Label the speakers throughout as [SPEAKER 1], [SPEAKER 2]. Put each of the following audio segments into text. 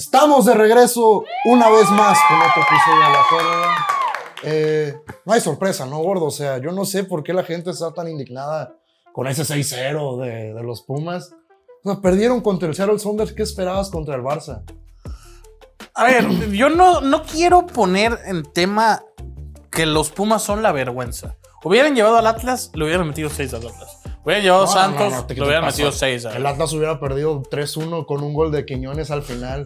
[SPEAKER 1] Estamos de regreso una vez más con otro episodio de La Cuerda. Eh, no hay sorpresa, ¿no, gordo? O sea, yo no sé por qué la gente está tan indignada con ese 6-0 de, de los Pumas. O sea, perdieron contra el Seattle Sounders. ¿Qué esperabas contra el Barça?
[SPEAKER 2] A ver, yo no, no quiero poner en tema que los Pumas son la vergüenza. Hubieran llevado al Atlas, le hubieran metido 6 al Atlas. Hubieran llevado a
[SPEAKER 1] No,
[SPEAKER 2] Santos,
[SPEAKER 1] no, no, te-
[SPEAKER 2] le hubieran
[SPEAKER 1] te
[SPEAKER 2] metido
[SPEAKER 1] pasas.
[SPEAKER 2] 6 al
[SPEAKER 1] El Atlas hubiera perdido 3-1 con un gol de Quiñones al final.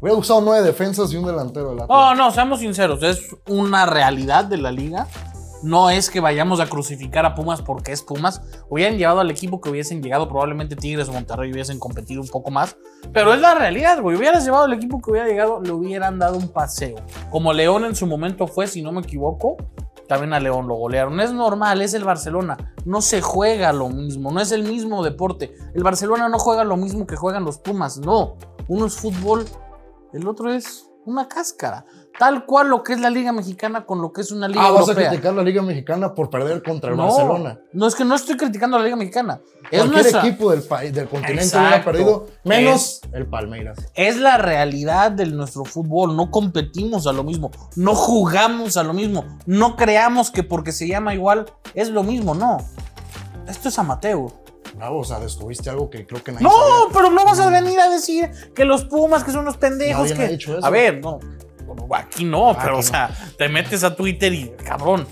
[SPEAKER 1] Hubiera usado nueve defensas y un delantero del Atlas. Ah,
[SPEAKER 2] No, no, seamos sinceros, es una realidad de la liga. No es que vayamos a crucificar a Pumas porque es Pumas. Hubieran llevado al equipo que hubiesen llegado, probablemente Tigres o Monterrey hubiesen competido un poco más. Pero es la realidad, güey. Hubieras llevado al equipo que hubiera llegado, le hubieran dado un paseo. Como León en su momento fue, si no me equivoco, también a León lo golearon. Es normal, es el Barcelona. No se juega lo mismo, no es el mismo deporte. El Barcelona no juega lo mismo que juegan los Pumas, no. Uno es fútbol el otro es una cáscara. Tal cual lo que es la Liga Mexicana con lo que es una Liga
[SPEAKER 1] ah, vas a
[SPEAKER 2] Europea.
[SPEAKER 1] criticar la Liga Mexicana por perder contra el
[SPEAKER 2] no,
[SPEAKER 1] Barcelona.
[SPEAKER 2] no, es que no estoy criticando a la Liga Mexicana. Es,
[SPEAKER 1] Cualquier
[SPEAKER 2] nuestra-
[SPEAKER 1] equipo del, país, del continente hubiera
[SPEAKER 2] Exacto.
[SPEAKER 1] perdido, menos el Palmeiras.
[SPEAKER 2] es la realidad de nuestro fútbol. No competimos a lo mismo, no jugamos a lo mismo, no creamos que porque se llama igual es lo mismo, no. Esto es amateur.
[SPEAKER 1] Bravo, o sea, descubriste algo que creo que nadie
[SPEAKER 2] No,
[SPEAKER 1] sabía.
[SPEAKER 2] pero no vas a venir a decir que los Pumas, que son los pendejos,
[SPEAKER 1] Nadie me
[SPEAKER 2] que.
[SPEAKER 1] ha dicho eso.
[SPEAKER 2] A ver, no. Bueno, Aquí no,
[SPEAKER 1] Aquí
[SPEAKER 2] pero
[SPEAKER 1] no.
[SPEAKER 2] o sea, te metes a Twitter y cabrón.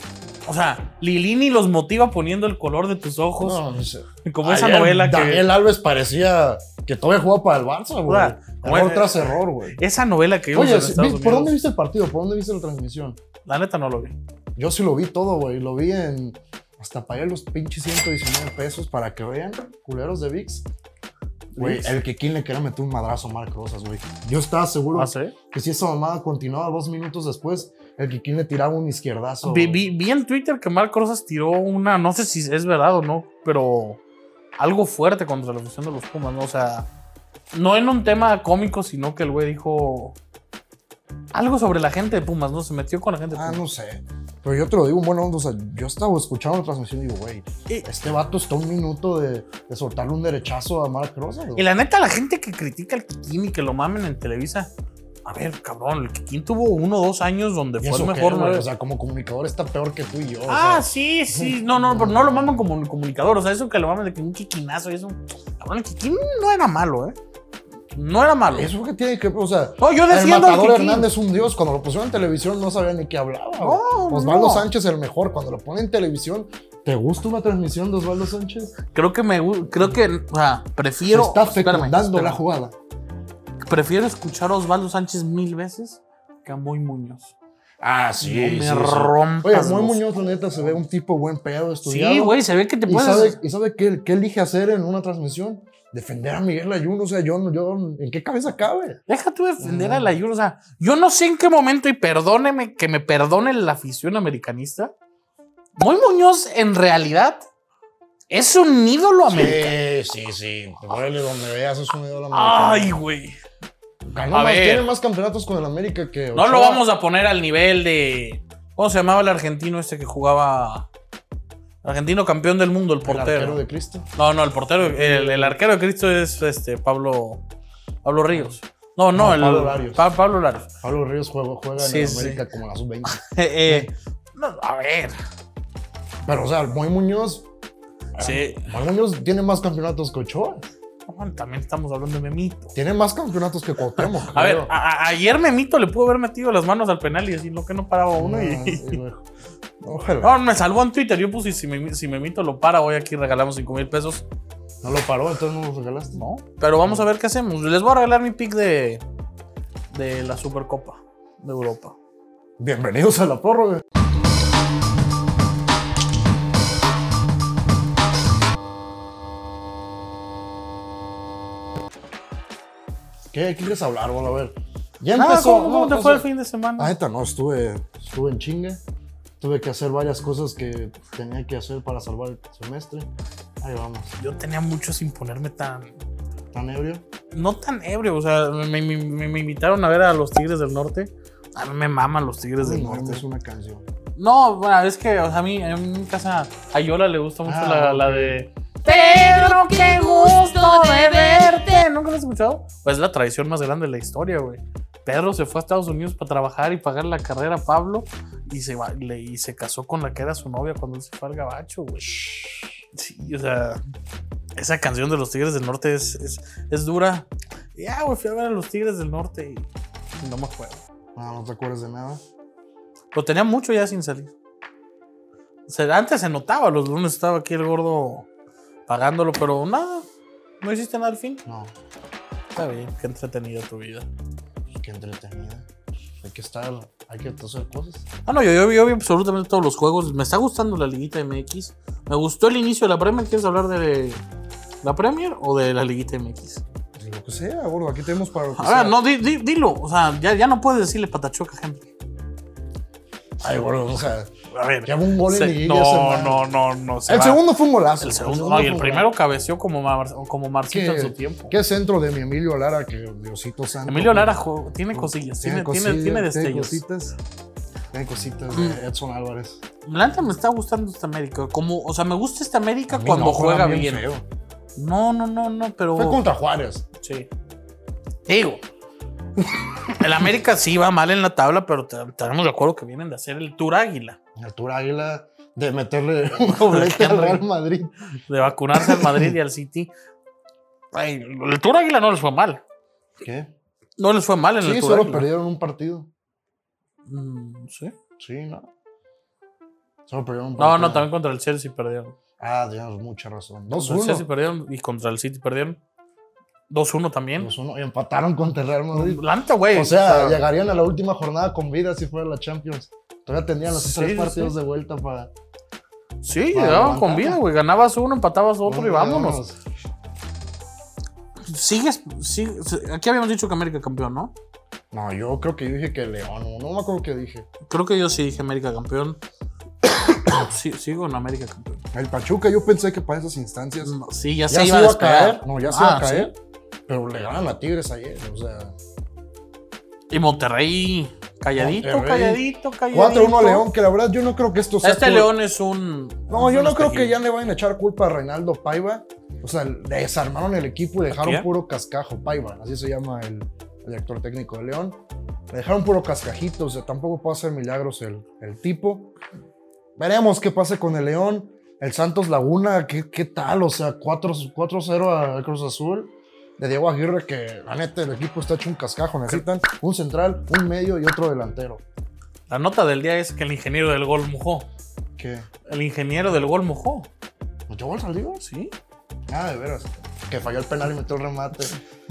[SPEAKER 2] O sea, Lilini los motiva poniendo el color de tus ojos.
[SPEAKER 1] No, no sé.
[SPEAKER 2] Como esa
[SPEAKER 1] Ayer
[SPEAKER 2] novela que.
[SPEAKER 1] Daniel Alves parecía que todavía jugaba para el Barça, güey.
[SPEAKER 2] Ah,
[SPEAKER 1] Error
[SPEAKER 2] bueno.
[SPEAKER 1] tras error, güey.
[SPEAKER 2] Esa novela que vimos
[SPEAKER 1] Oye,
[SPEAKER 2] en Estados
[SPEAKER 1] vi- ¿por dónde
[SPEAKER 2] Unidos.
[SPEAKER 1] viste el partido? ¿Por dónde viste la transmisión?
[SPEAKER 2] La neta no lo vi.
[SPEAKER 1] Yo sí lo vi todo, güey. Lo vi en. Hasta pagué los pinches 119 pesos para que vean, culeros de VIX. Güey,
[SPEAKER 2] ¿Vix?
[SPEAKER 1] el que quien le quería meter un madrazo a Marc Rosas, güey. Yo estaba seguro
[SPEAKER 2] Ah, ¿sí?
[SPEAKER 1] que si esa mamada continuaba dos minutos después, el que quien le tiraba un izquierdazo.
[SPEAKER 2] Vi,
[SPEAKER 1] güey.
[SPEAKER 2] vi- vi en Twitter que Marc Rosas tiró una, no sé si es verdad o no, pero algo fuerte contra la afición de los Pumas, ¿no? O sea, no en un tema cómico, sino que el güey dijo algo sobre la gente de Pumas, ¿no? Se metió con la gente de
[SPEAKER 1] Ah,
[SPEAKER 2] Pumas.
[SPEAKER 1] no sé. Pero yo te lo digo, bueno, o sea, yo estaba escuchando la transmisión y digo, güey,
[SPEAKER 2] Y-
[SPEAKER 1] este vato está un minuto de, de soltarle un derechazo a Marc Rosas.
[SPEAKER 2] Y
[SPEAKER 1] güey.
[SPEAKER 2] la neta, la gente que critica al Kikín y que lo mamen en Televisa. A ver, cabrón, el Kikín tuvo uno o dos años donde
[SPEAKER 1] ¿Y
[SPEAKER 2] fue el
[SPEAKER 1] eso qué,
[SPEAKER 2] mejor.
[SPEAKER 1] güey?
[SPEAKER 2] nueve.
[SPEAKER 1] O sea, como comunicador está peor que tú y yo. o sea.
[SPEAKER 2] Ah, sí, sí. No, no, pero no lo maman como un comunicador. O sea, eso que lo maman de que un chiquinazo y eso. Cabrón, el Kikín no era malo, ¿eh? No era malo.
[SPEAKER 1] Eso que tiene que. O sea,
[SPEAKER 2] No, yo
[SPEAKER 1] el
[SPEAKER 2] defiendo al
[SPEAKER 1] matador
[SPEAKER 2] Kikín.
[SPEAKER 1] Hernández, un dios. Cuando lo pusieron en televisión no sabía ni qué hablaba. güey.
[SPEAKER 2] No, no.
[SPEAKER 1] Osvaldo Sánchez, el mejor. Cuando lo ponen en televisión, ¿te gusta una transmisión de Osvaldo Sánchez?
[SPEAKER 2] Creo que me gu- creo que, o sea,
[SPEAKER 1] Se
[SPEAKER 2] prefiero
[SPEAKER 1] está
[SPEAKER 2] espérame,
[SPEAKER 1] fecundando la
[SPEAKER 2] espérame.
[SPEAKER 1] jugada.
[SPEAKER 2] Prefiero escuchar a Osvaldo Sánchez mil veces que a Moy Muñoz.
[SPEAKER 1] Ah,
[SPEAKER 2] no me rompas.
[SPEAKER 1] Oye, muy
[SPEAKER 2] los-
[SPEAKER 1] Muñoz, la neta, se ve un tipo buen pedo, estudiado.
[SPEAKER 2] Sí, güey, se ve que te
[SPEAKER 1] ¿Y
[SPEAKER 2] puedes
[SPEAKER 1] sabe, y sabe qué, qué elige hacer en una transmisión? Defender a Miguel Ayuno. O sea, yo, no- yo ¿en qué cabeza cabe?
[SPEAKER 2] Deja tú defender
[SPEAKER 1] Ajá.
[SPEAKER 2] a la Euro, O sea, yo no sé en qué momento, y perdóneme que me perdone la afición americanista. Moy Muñoz, en realidad, es un ídolo americano.
[SPEAKER 1] sí, sí. Te duele donde veas, es un ídolo
[SPEAKER 2] Ay, güey.
[SPEAKER 1] Ganó
[SPEAKER 2] a
[SPEAKER 1] más-
[SPEAKER 2] ver.
[SPEAKER 1] Tiene más campeonatos con el América que.
[SPEAKER 2] No lo
[SPEAKER 1] Ochoa.
[SPEAKER 2] vamos a poner al nivel de. ¿Cómo se llamaba el argentino este que jugaba? Argentino campeón del mundo, el
[SPEAKER 1] El arquero
[SPEAKER 2] portero.
[SPEAKER 1] de Cristo.
[SPEAKER 2] No, no, el portero. El, el arquero de Cristo es este Pablo. Pablo Ríos. No, no,
[SPEAKER 1] No,
[SPEAKER 2] el.
[SPEAKER 1] Pablo Larios.
[SPEAKER 2] Pa- Pablo Larios.
[SPEAKER 1] Pablo Ríos juega, juega
[SPEAKER 2] Sí,
[SPEAKER 1] en el
[SPEAKER 2] sí.
[SPEAKER 1] América como la sub-20.
[SPEAKER 2] Eh, eh, no, a ver.
[SPEAKER 1] Pero, o sea, Moy Muñoz.
[SPEAKER 2] Sí.
[SPEAKER 1] Moy Muñoz tiene más campeonatos que Ochoa.
[SPEAKER 2] Bueno, También estamos hablando de Memito.
[SPEAKER 1] Tiene más campeonatos que Cuauhtémoc.
[SPEAKER 2] A ver,
[SPEAKER 1] creo.
[SPEAKER 2] a- a- ayer Memito le pudo haber metido las manos al penal y decir lo que no paraba uno. y-
[SPEAKER 1] No, sí, güey. Ojalá.
[SPEAKER 2] No, me salvó en Twitter. Yo puse, si, Memi- si Memito lo para, hoy aquí regalamos 5 mil pesos.
[SPEAKER 1] No lo paró, entonces no lo regalaste.
[SPEAKER 2] No, pero vamos a ver qué hacemos. Les voy a regalar mi pick de, de la Supercopa de Europa.
[SPEAKER 1] Bienvenidos a la prórroga. ¿Qué? ¿Qué quieres hablar, bol? A ver. Ya
[SPEAKER 2] Nada,
[SPEAKER 1] empezó.
[SPEAKER 2] Ah, ¿Cómo, cómo
[SPEAKER 1] no,
[SPEAKER 2] te fue
[SPEAKER 1] o
[SPEAKER 2] el
[SPEAKER 1] sea,
[SPEAKER 2] fin de
[SPEAKER 1] La
[SPEAKER 2] semana?
[SPEAKER 1] neta, no, estuve, estuve en chinga. Tuve que hacer varias cosas que tenía que hacer para salvar el semestre. Ahí vamos.
[SPEAKER 2] Yo tenía mucho sin ponerme tan.
[SPEAKER 1] ¿Tan ebrio?
[SPEAKER 2] No tan ebrio, o sea, me, me- me- me invitaron a ver a los Tigres del Norte. A mí me maman los Tigres
[SPEAKER 1] Uy,
[SPEAKER 2] del
[SPEAKER 1] no, no
[SPEAKER 2] Norte.
[SPEAKER 1] es una canción.
[SPEAKER 2] No, bueno, es que o sea, a mí en mi casa a Yola le gusta mucho
[SPEAKER 1] Ah,
[SPEAKER 2] la, la de Pedro, qué gusto modo de verte. ¿Nunca lo has escuchado? Pues es la traición más grande de la historia, güey. Pedro se fue a Estados Unidos para trabajar y pagar la carrera a Pablo y se, va- le- y se casó con la que era su novia cuando él se fue al gabacho, güey. Sí, o sea, esa canción de los Tigres del Norte es, es, es dura. Ya, güey, fui a ver a los Tigres del Norte y no me acuerdo.
[SPEAKER 1] No, Ah, no te acuerdas de nada.
[SPEAKER 2] Lo tenía mucho ya sin salir. O sea, antes se notaba, los lunes estaba aquí el gordo pagándolo, pero nada. No hiciste nada al fin.
[SPEAKER 1] No,
[SPEAKER 2] Está bien, qué entretenida tu vida.
[SPEAKER 1] qué entretenida. Hay que estar, hay que hacer cosas.
[SPEAKER 2] Ah, no, yo, yo, vi- yo vi absolutamente todos los juegos. Me está gustando la liguita MX. Me gustó el inicio de la Premier. ¿Quieres hablar de la Premier o de la liguita MX?
[SPEAKER 1] Pues Lo que sea, gordo, aquí tenemos para lo que
[SPEAKER 2] Ahora,
[SPEAKER 1] sea.
[SPEAKER 2] no, di- di- dilo. O sea, ya, ya no puedes decirle patachoca, gente.
[SPEAKER 1] Ay, gordo, o sea,
[SPEAKER 2] A ver.
[SPEAKER 1] ya hubo un gol en
[SPEAKER 2] se-
[SPEAKER 1] liguilla. esa
[SPEAKER 2] no,
[SPEAKER 1] madre.
[SPEAKER 2] no, no, no. se
[SPEAKER 1] El
[SPEAKER 2] va.
[SPEAKER 1] segundo fue un golazo.
[SPEAKER 2] El
[SPEAKER 1] El
[SPEAKER 2] segundo,
[SPEAKER 1] segundo
[SPEAKER 2] no, y el
[SPEAKER 1] fue un
[SPEAKER 2] primero
[SPEAKER 1] golazo.
[SPEAKER 2] cabeció como, Mar- como Marcito en su tiempo.
[SPEAKER 1] ¿Qué centro de mi Emilio Lara que Diosito Santo? Pues,
[SPEAKER 2] Emilio Lara jo- tiene cosillas, tiene, tiene,
[SPEAKER 1] cosillas,
[SPEAKER 2] tiene destellos. Mm.
[SPEAKER 1] Tiene cositas. Tiene cositas de Edson Álvarez.
[SPEAKER 2] La neta me está gustando esta América. Como, o sea, me gusta esta América
[SPEAKER 1] A mí
[SPEAKER 2] cuando
[SPEAKER 1] no,
[SPEAKER 2] juega
[SPEAKER 1] bien
[SPEAKER 2] bien.
[SPEAKER 1] feo.
[SPEAKER 2] No, no, no, no, pero.
[SPEAKER 1] Fue contra Juárez.
[SPEAKER 2] Sí. Digo. El América sí va mal en la tabla, pero te- tenemos de acuerdo que vienen de hacer el Tour Águila,
[SPEAKER 1] Arturo Águila de meterle un doblete al Real Madrid.
[SPEAKER 2] de vacunarse al Madrid y al City. Ay, el Tour Águila no les fue mal.
[SPEAKER 1] ¿Qué?
[SPEAKER 2] No les fue mal en el
[SPEAKER 1] Sí,
[SPEAKER 2] Tour
[SPEAKER 1] solo
[SPEAKER 2] Águila.
[SPEAKER 1] perdieron un partido.
[SPEAKER 2] Mm, ¿sí?
[SPEAKER 1] Sí, no. Solo perdieron un
[SPEAKER 2] No,
[SPEAKER 1] partido.
[SPEAKER 2] no, también contra el Chelsea perdieron.
[SPEAKER 1] Ah, tienes mucha razón.
[SPEAKER 2] Contra el Chelsea
[SPEAKER 1] 2-1.
[SPEAKER 2] perdieron y contra el City perdieron. 2-1 también.
[SPEAKER 1] 2-1. Y empataron contra el Real Madrid.
[SPEAKER 2] La neta, güey.
[SPEAKER 1] O sea, llegarían a la última jornada con vida si fuera la Champions. Todavía tendrían los
[SPEAKER 2] Sí,
[SPEAKER 1] tres
[SPEAKER 2] sí,
[SPEAKER 1] partidos
[SPEAKER 2] sí.
[SPEAKER 1] de vuelta para.
[SPEAKER 2] Sí,
[SPEAKER 1] para
[SPEAKER 2] llegaban con
[SPEAKER 1] levantarla.
[SPEAKER 2] vida, güey. Ganabas uno, empatabas otro y vámonos.
[SPEAKER 1] Vámonos.
[SPEAKER 2] Sigues, sigues- Aquí habíamos dicho que América campeón, ¿no?
[SPEAKER 1] No, yo creo que dije que León. No me acuerdo qué dije.
[SPEAKER 2] Creo que yo sí dije América campeón. Sí, sigo en América campeón.
[SPEAKER 1] El Pachuca, yo pensé que para esas instancias.
[SPEAKER 2] Sí, Mm, ya,
[SPEAKER 1] ya
[SPEAKER 2] se iba a despegar.
[SPEAKER 1] caer. No, ya se
[SPEAKER 2] Ah,
[SPEAKER 1] iba a
[SPEAKER 2] sí.
[SPEAKER 1] caer. Pero le ganan a Tigres ayer. O sea,
[SPEAKER 2] Y Monterrey, calladito,
[SPEAKER 1] Monterrey.
[SPEAKER 2] calladito, calladito.
[SPEAKER 1] 4-1 a León, que la verdad yo no creo que esto sea.
[SPEAKER 2] Este
[SPEAKER 1] por-
[SPEAKER 2] León es un.
[SPEAKER 1] No,
[SPEAKER 2] es
[SPEAKER 1] yo
[SPEAKER 2] un
[SPEAKER 1] no creo que ya
[SPEAKER 2] espejismo.
[SPEAKER 1] le vayan a echar culpa a Reinaldo Paiva. O sea, le desarmaron el equipo y dejaron
[SPEAKER 2] quién?
[SPEAKER 1] puro cascajo. Paiva, así se llama el, el director técnico de León. Le dejaron puro cascajito, o sea, tampoco puede hacer milagros el, el tipo. Veremos qué pase con el León. El Santos Laguna, ¿qué, qué tal? O sea, 4 4-0 al Cruz Azul. De Diego Aguirre, que la neta, el equipo está hecho un cascajo. Necesitan un central, un medio y otro delantero.
[SPEAKER 2] La nota del día es que el ingeniero del gol mojó.
[SPEAKER 1] ¿Qué?
[SPEAKER 2] El ingeniero del gol mojó.
[SPEAKER 1] ¿Mucho gol salió?
[SPEAKER 2] Sí.
[SPEAKER 1] Ah, de veras. Que falló el penal y metió el remate.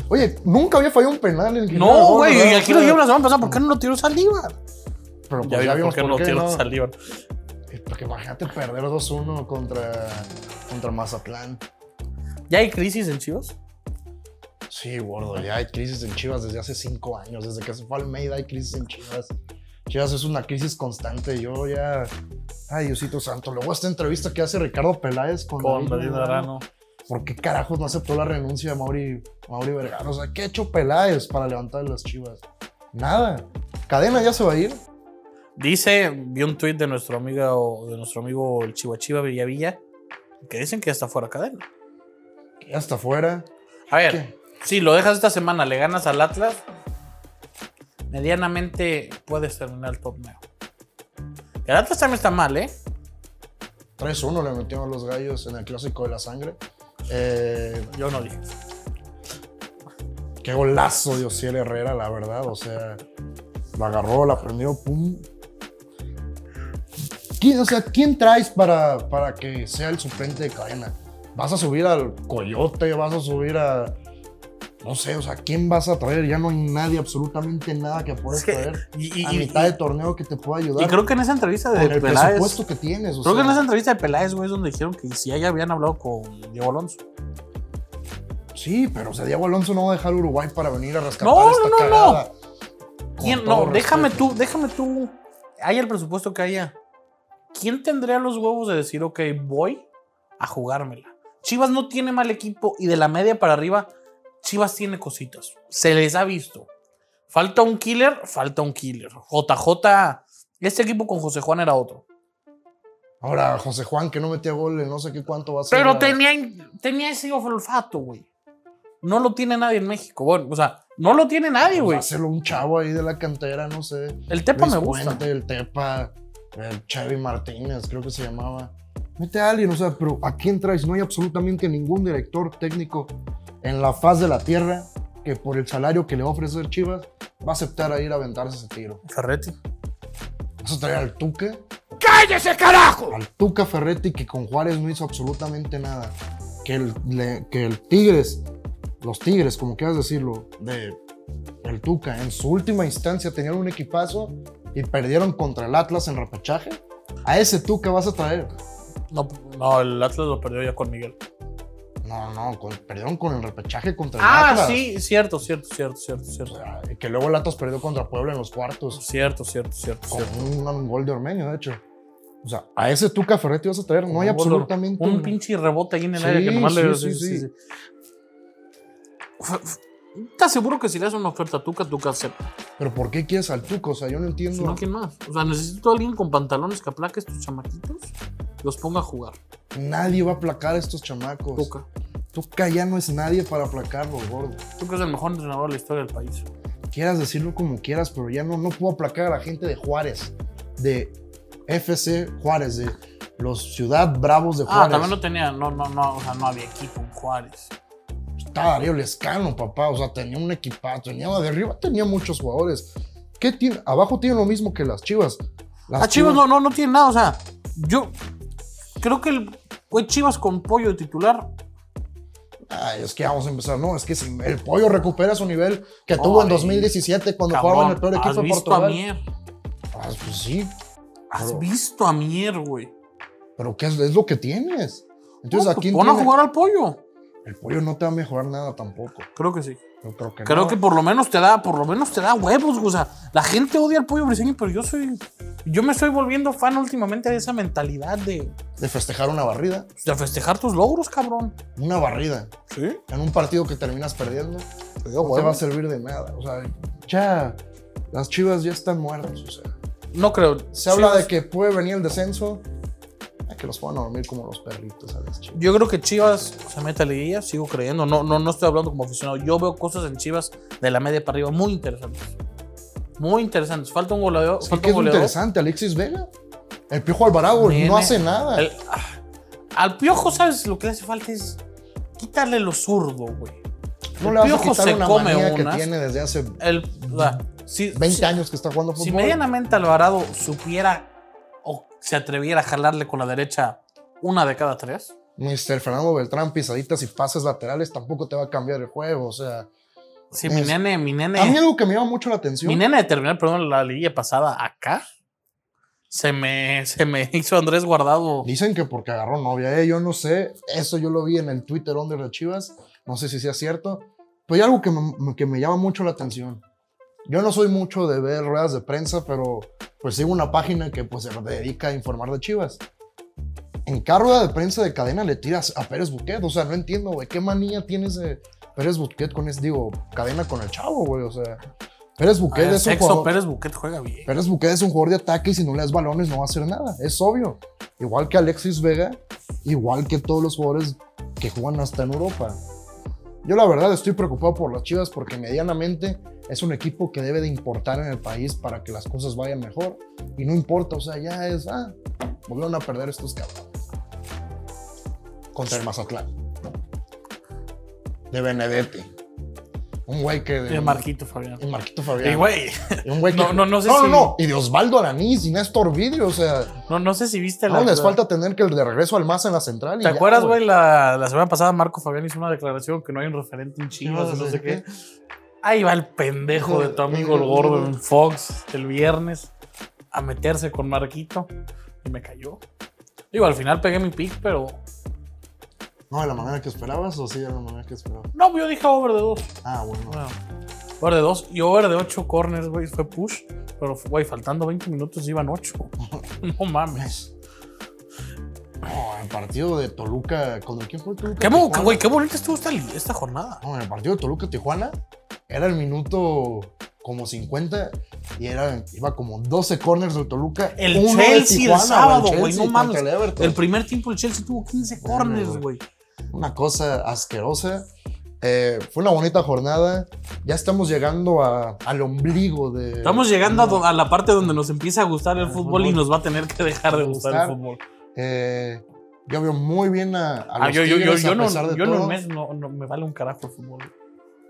[SPEAKER 1] Oye, nunca había fallado un penal el Guillermo
[SPEAKER 2] No,
[SPEAKER 1] Gol,
[SPEAKER 2] güey.
[SPEAKER 1] ¿verdad?
[SPEAKER 2] y Aquí lo llevo la semana pasada. ¿Por qué no lo tiró Saldívar?
[SPEAKER 1] Pero pues,
[SPEAKER 2] Ya,
[SPEAKER 1] ya, vimos
[SPEAKER 2] vimos por qué no
[SPEAKER 1] por
[SPEAKER 2] lo
[SPEAKER 1] qué
[SPEAKER 2] tiró
[SPEAKER 1] no.
[SPEAKER 2] Saldívar.
[SPEAKER 1] Eh, Porque imagínate perder 2-1 contra, contra Mazatlán.
[SPEAKER 2] ¿Ya hay crisis en Chivas?
[SPEAKER 1] Sí, gordo, ya hay crisis en Chivas desde hace cinco años. Desde que se fue Almeida hay crisis en Chivas. Chivas es una crisis constante. Yo ya... Ay, Diosito Santo. Luego esta entrevista que hace Ricardo Peláez con,
[SPEAKER 2] Con David
[SPEAKER 1] Medrano.
[SPEAKER 2] Arano.
[SPEAKER 1] ¿Por qué carajos no aceptó la renuncia de Mauri, Mauri Vergara? O sea, ¿qué ha hecho Peláez para levantar las chivas? Nada. Cadena ya se va a ir.
[SPEAKER 2] Dice, vi un tuit de nuestro amigo, de nuestro amigo el Chihuahua Chiva Villavilla, que dicen que ya está fuera de cadena.
[SPEAKER 1] que Ya está fuera.
[SPEAKER 2] A ver,
[SPEAKER 1] ¿Qué?
[SPEAKER 2] si lo dejas esta semana, le ganas al Atlas, medianamente puedes terminar el torneo. El Atlas también está mal, ¿eh?
[SPEAKER 1] 3-1 le metieron a los gallos en el clásico de la sangre. Eh,
[SPEAKER 2] Yo no dije.
[SPEAKER 1] qué golazo de Ociel Herrera, la verdad. O sea, lo agarró, la prendió, pum. ¿Quién, o sea, ¿quién traes para, para que sea el suplente de cadena? ¿Vas a subir al Coyote? ¿Vas a subir a.? No sé, o sea, ¿quién vas a traer? Ya no hay nadie, absolutamente nada que puedas
[SPEAKER 2] Es que-
[SPEAKER 1] traer
[SPEAKER 2] y, y-
[SPEAKER 1] a
[SPEAKER 2] y-
[SPEAKER 1] mitad de torneo que te pueda ayudar.
[SPEAKER 2] y creo que en esa entrevista
[SPEAKER 1] con
[SPEAKER 2] de
[SPEAKER 1] el
[SPEAKER 2] Peláez.
[SPEAKER 1] presupuesto que tienes. o
[SPEAKER 2] Creo que en
[SPEAKER 1] sea,
[SPEAKER 2] esa entrevista de Peláez, güey, es donde dijeron que si ya habían hablado con Diego Alonso.
[SPEAKER 1] Sí, pero o sea, Diego Alonso no va a dejar a Uruguay para venir a rescatar
[SPEAKER 2] No,
[SPEAKER 1] esta
[SPEAKER 2] no, no,
[SPEAKER 1] cagada. Con
[SPEAKER 2] ¿Quién?
[SPEAKER 1] todo
[SPEAKER 2] No, déjame
[SPEAKER 1] respeto.
[SPEAKER 2] tú, déjame tú. Haya el presupuesto que haya. ¿Quién tendría los huevos de decir, ok, voy a jugármela? Chivas no tiene mal equipo y de la media para arriba, Chivas tiene cositas. Se les ha visto. Falta un killer, falta un killer. JJ, este equipo con José Juan era otro.
[SPEAKER 1] Ahora, José Juan, que no metía gol en no sé qué cuánto va a ser.
[SPEAKER 2] Pero
[SPEAKER 1] la-
[SPEAKER 2] tenía, tenía ese olfato, güey. no lo tiene nadie en México. Bueno, o sea, no lo tiene nadie, güey.
[SPEAKER 1] Hacerlo un chavo ahí de la cantera, no sé.
[SPEAKER 2] El Tepa
[SPEAKER 1] Luis
[SPEAKER 2] me gusta.
[SPEAKER 1] Puente, el Tepa, el Chevy Martínez, creo que se llamaba. Mete a alguien, o sea, pero ¿a quién traes? No hay absolutamente ningún director técnico en la faz de la tierra que por el salario que le va a ofrecer Chivas va a aceptar a ir a aventarse ese tiro.
[SPEAKER 2] Ferretti.
[SPEAKER 1] Vas a traer al Tuca,
[SPEAKER 2] ¡Cállese, carajo!
[SPEAKER 1] al Tuca Ferretti, que con Juárez no hizo absolutamente nada. Que el, le- que el Tigres, los Tigres, como quieras decirlo, de el Tuca, en su última instancia tenían un equipazo y perdieron contra el Atlas en repechaje. A ese Tuca vas a traer.
[SPEAKER 2] No, no, el Atlas lo perdió ya con Miguel.
[SPEAKER 1] No, no, con- perdieron con el repechaje contra el
[SPEAKER 2] Ah,
[SPEAKER 1] Atlas.
[SPEAKER 2] sí, cierto, cierto, cierto, cierto,
[SPEAKER 1] O
[SPEAKER 2] cierto.
[SPEAKER 1] sea, que luego el Atlas perdió contra Puebla en los cuartos.
[SPEAKER 2] Cierto, cierto, cierto,
[SPEAKER 1] Con
[SPEAKER 2] cierto.
[SPEAKER 1] un, un gol de Ormeño, de hecho. O sea, a ese Tuca Ferretti vas a traer. No hay
[SPEAKER 2] Un gol,
[SPEAKER 1] absolutamente.
[SPEAKER 2] Un pinche rebote ahí en el
[SPEAKER 1] Sí,
[SPEAKER 2] aire que nomás le.
[SPEAKER 1] sí, sí, sí.
[SPEAKER 2] F- f- ¿Estás seguro que si le haces una oferta a Tuca, Tuca acepta?
[SPEAKER 1] Pero ¿por qué quieres al Tuca? O sea, yo no entiendo.
[SPEAKER 2] Si no, ¿quién más? O sea, necesito a alguien con pantalones que aplaque estos chamaquitos, los ponga a jugar.
[SPEAKER 1] Nadie va a aplacar a estos chamacos. Tuca.
[SPEAKER 2] Tuca.
[SPEAKER 1] ya no es nadie para aplacarlo, gordo.
[SPEAKER 2] Tuca es el mejor entrenador de la historia del país.
[SPEAKER 1] Quieras decirlo como quieras, pero ya no, no puedo aplacar a la gente de Juárez. De FC Juárez, de los Ciudad Bravos de Juárez.
[SPEAKER 2] Ah, también lo tenía. No, no, no. O sea, no había equipo en Juárez.
[SPEAKER 1] estaba Darío Lescano, papá. O sea, tenía un equipazo. Tenía de arriba, tenía muchos jugadores. ¿Qué tiene? Abajo tiene lo mismo que las Chivas. Las
[SPEAKER 2] Ah, Chivas no, no, no tiene nada. O sea, yo creo que el güey Chivas con pollo de titular.
[SPEAKER 1] Ay, es que vamos a empezar. No, es que si el pollo recupera su nivel que
[SPEAKER 2] Ay,
[SPEAKER 1] tuvo en 2017 cuando jugaba en el peor equipo
[SPEAKER 2] cabrón, ¿Has
[SPEAKER 1] de
[SPEAKER 2] visto a
[SPEAKER 1] Portugal.
[SPEAKER 2] Mier?
[SPEAKER 1] Ah, pues sí,
[SPEAKER 2] ¿Has
[SPEAKER 1] Pero-
[SPEAKER 2] visto a Mier, güey?
[SPEAKER 1] pero ¿qué es, es lo que tienes? Entonces,
[SPEAKER 2] No,
[SPEAKER 1] aquí
[SPEAKER 2] pues, pon a jugar al pollo.
[SPEAKER 1] el pollo no te va a mejorar nada tampoco.
[SPEAKER 2] Creo que sí.
[SPEAKER 1] Yo creo que
[SPEAKER 2] Creo
[SPEAKER 1] no.
[SPEAKER 2] que por lo menos te da, por lo menos te da huevos, güey. O sea, la gente odia al pollo briseño, pero yo soy. Yo me estoy volviendo fan últimamente de esa mentalidad de,
[SPEAKER 1] De festejar una barrida,
[SPEAKER 2] de festejar tus logros, cabrón.
[SPEAKER 1] una barrida
[SPEAKER 2] Sí.
[SPEAKER 1] en un partido que terminas perdiendo,
[SPEAKER 2] Te
[SPEAKER 1] no te va a servir de nada. O sea, ya las chivas ya están muertas. O sea.
[SPEAKER 2] No creo.
[SPEAKER 1] Se habla
[SPEAKER 2] Chivas-
[SPEAKER 1] de que puede venir el descenso. A que los puedan dormir como los perritos a las chivas.
[SPEAKER 2] Yo creo que Chivas se mete a liguilla, sigo creyendo. No, no, no estoy hablando como aficionado. Yo veo cosas en Chivas de la media para arriba muy interesantes. Muy interesantes. Falta un goleador.
[SPEAKER 1] Sí,
[SPEAKER 2] falta
[SPEAKER 1] que
[SPEAKER 2] un
[SPEAKER 1] es
[SPEAKER 2] goleador.
[SPEAKER 1] interesante, Alexis Vega. El Piojo Alvarado
[SPEAKER 2] Nene,
[SPEAKER 1] no hace nada.
[SPEAKER 2] El- ah, al piojo, ¿sabes? Lo que le hace falta es quitarle lo zurdo, güey.
[SPEAKER 1] no
[SPEAKER 2] el
[SPEAKER 1] le vas a
[SPEAKER 2] Piojo se
[SPEAKER 1] quitar una
[SPEAKER 2] come
[SPEAKER 1] manía que
[SPEAKER 2] unas.
[SPEAKER 1] tiene desde hace
[SPEAKER 2] El, o sea, si,
[SPEAKER 1] 20
[SPEAKER 2] si-
[SPEAKER 1] años que está jugando fútbol.
[SPEAKER 2] si medianamente Alvarado supiera o se atreviera a jalarle con la derecha una de cada tres.
[SPEAKER 1] Mr. Fernando Beltrán, pisaditas y pases laterales tampoco te va a cambiar el juego. O sea,
[SPEAKER 2] Sí, mi
[SPEAKER 1] Es-
[SPEAKER 2] nene, mi nene.
[SPEAKER 1] a mí algo que me llama mucho la atención.
[SPEAKER 2] Mi nena de terminar, perdón, la liguilla pasada acá. Se me, se me hizo Andrés Guardado.
[SPEAKER 1] Dicen que porque agarró novia, eh, yo no sé, eso yo lo vi en el Twitter under de Chivas, no sé si sea cierto, pero hay algo que me, que me llama mucho la atención. Yo no soy mucho de ver ruedas de prensa, pero pues sigo una página que pues se dedica a informar de Chivas. En cada rueda de prensa de cadena le tiras a Pérez Buquet, o sea, no entiendo, güey, qué manía tienes de Pérez Buquet con ese, digo, cadena con el chavo, güey, o sea, Pérez Buquet
[SPEAKER 2] Ah,
[SPEAKER 1] es un
[SPEAKER 2] Sexo
[SPEAKER 1] jugador-
[SPEAKER 2] Pérez Buquet juega bien.
[SPEAKER 1] Pérez Buquet es un jugador de ataque y si no le das balones no va a hacer nada, es obvio. Igual que Alexis Vega, igual que todos los jugadores que juegan hasta en Europa. Yo la verdad estoy preocupado por las Chivas porque medianamente es un equipo que debe de importar en el país para que las cosas vayan mejor y no importa, o sea, ya es, ah, volvieron a perder estos cabrones. Contra el Mazatlán. De Benedetti. Un güey que...
[SPEAKER 2] De Marquito Fabián.
[SPEAKER 1] Y Marquito Fabián.
[SPEAKER 2] Y güey,
[SPEAKER 1] Y un güey que-
[SPEAKER 2] No, no, no sé
[SPEAKER 1] no,
[SPEAKER 2] si-
[SPEAKER 1] no. Y de Osvaldo Aranís y Néstor Vidrio. O sea,
[SPEAKER 2] no, no sé si viste la.
[SPEAKER 1] no les falta tener que el de regreso al más en la central. y
[SPEAKER 2] ¿Te
[SPEAKER 1] ya,
[SPEAKER 2] acuerdas, güey? La, la semana pasada Marco Fabián hizo una declaración que no hay un referente en Chivas,
[SPEAKER 1] Sí,
[SPEAKER 2] no sé
[SPEAKER 1] sí.
[SPEAKER 2] qué. Ahí va el pendejo de tu amigo el gordo en Fox el viernes a meterse con Marquito y me cayó. Digo, al final pegué mi pick, pero.
[SPEAKER 1] No, de la manera que esperabas o sí de la manera que esperabas.
[SPEAKER 2] No, yo dije over de dos.
[SPEAKER 1] Ah, bueno.
[SPEAKER 2] Bueno, over de 2 y over de 8 corners, güey, fue push. Pero, güey, faltando 20 minutos iban 8. No mames.
[SPEAKER 1] No, el partido de Toluca. ¿Contra quién fue Toluca?
[SPEAKER 2] Qué, mo-
[SPEAKER 1] Tijuana?
[SPEAKER 2] güey, qué bonita estuvo esta, li- esta jornada.
[SPEAKER 1] No, el partido de Toluca-Tijuana era el minuto como 50 y era, iba como 12 corners del Toluca.
[SPEAKER 2] El
[SPEAKER 1] uno de
[SPEAKER 2] Chelsea el
[SPEAKER 1] Tijuana,
[SPEAKER 2] sábado,
[SPEAKER 1] Chelsea
[SPEAKER 2] güey, no
[SPEAKER 1] contra
[SPEAKER 2] mames.
[SPEAKER 1] el Everton.
[SPEAKER 2] El primer tiempo el Chelsea tuvo 15 corners,
[SPEAKER 1] Bueno,
[SPEAKER 2] güey.
[SPEAKER 1] Una cosa asquerosa. Eh, fue una bonita jornada. Ya estamos llegando a- al ombligo de.
[SPEAKER 2] Estamos llegando a do- a, la parte donde nos empieza a gustar el
[SPEAKER 1] El
[SPEAKER 2] fútbol y
[SPEAKER 1] fútbol.
[SPEAKER 2] nos va a tener que dejar de gustar el
[SPEAKER 1] Gustar.
[SPEAKER 2] fútbol.
[SPEAKER 1] Eh, yo veo muy bien a, a
[SPEAKER 2] Ah,
[SPEAKER 1] los
[SPEAKER 2] yo, yo, yo,
[SPEAKER 1] Tigres
[SPEAKER 2] yo
[SPEAKER 1] a
[SPEAKER 2] no,
[SPEAKER 1] pesar de
[SPEAKER 2] yo no,
[SPEAKER 1] todo.
[SPEAKER 2] me, no- no me vale un carajo el fútbol.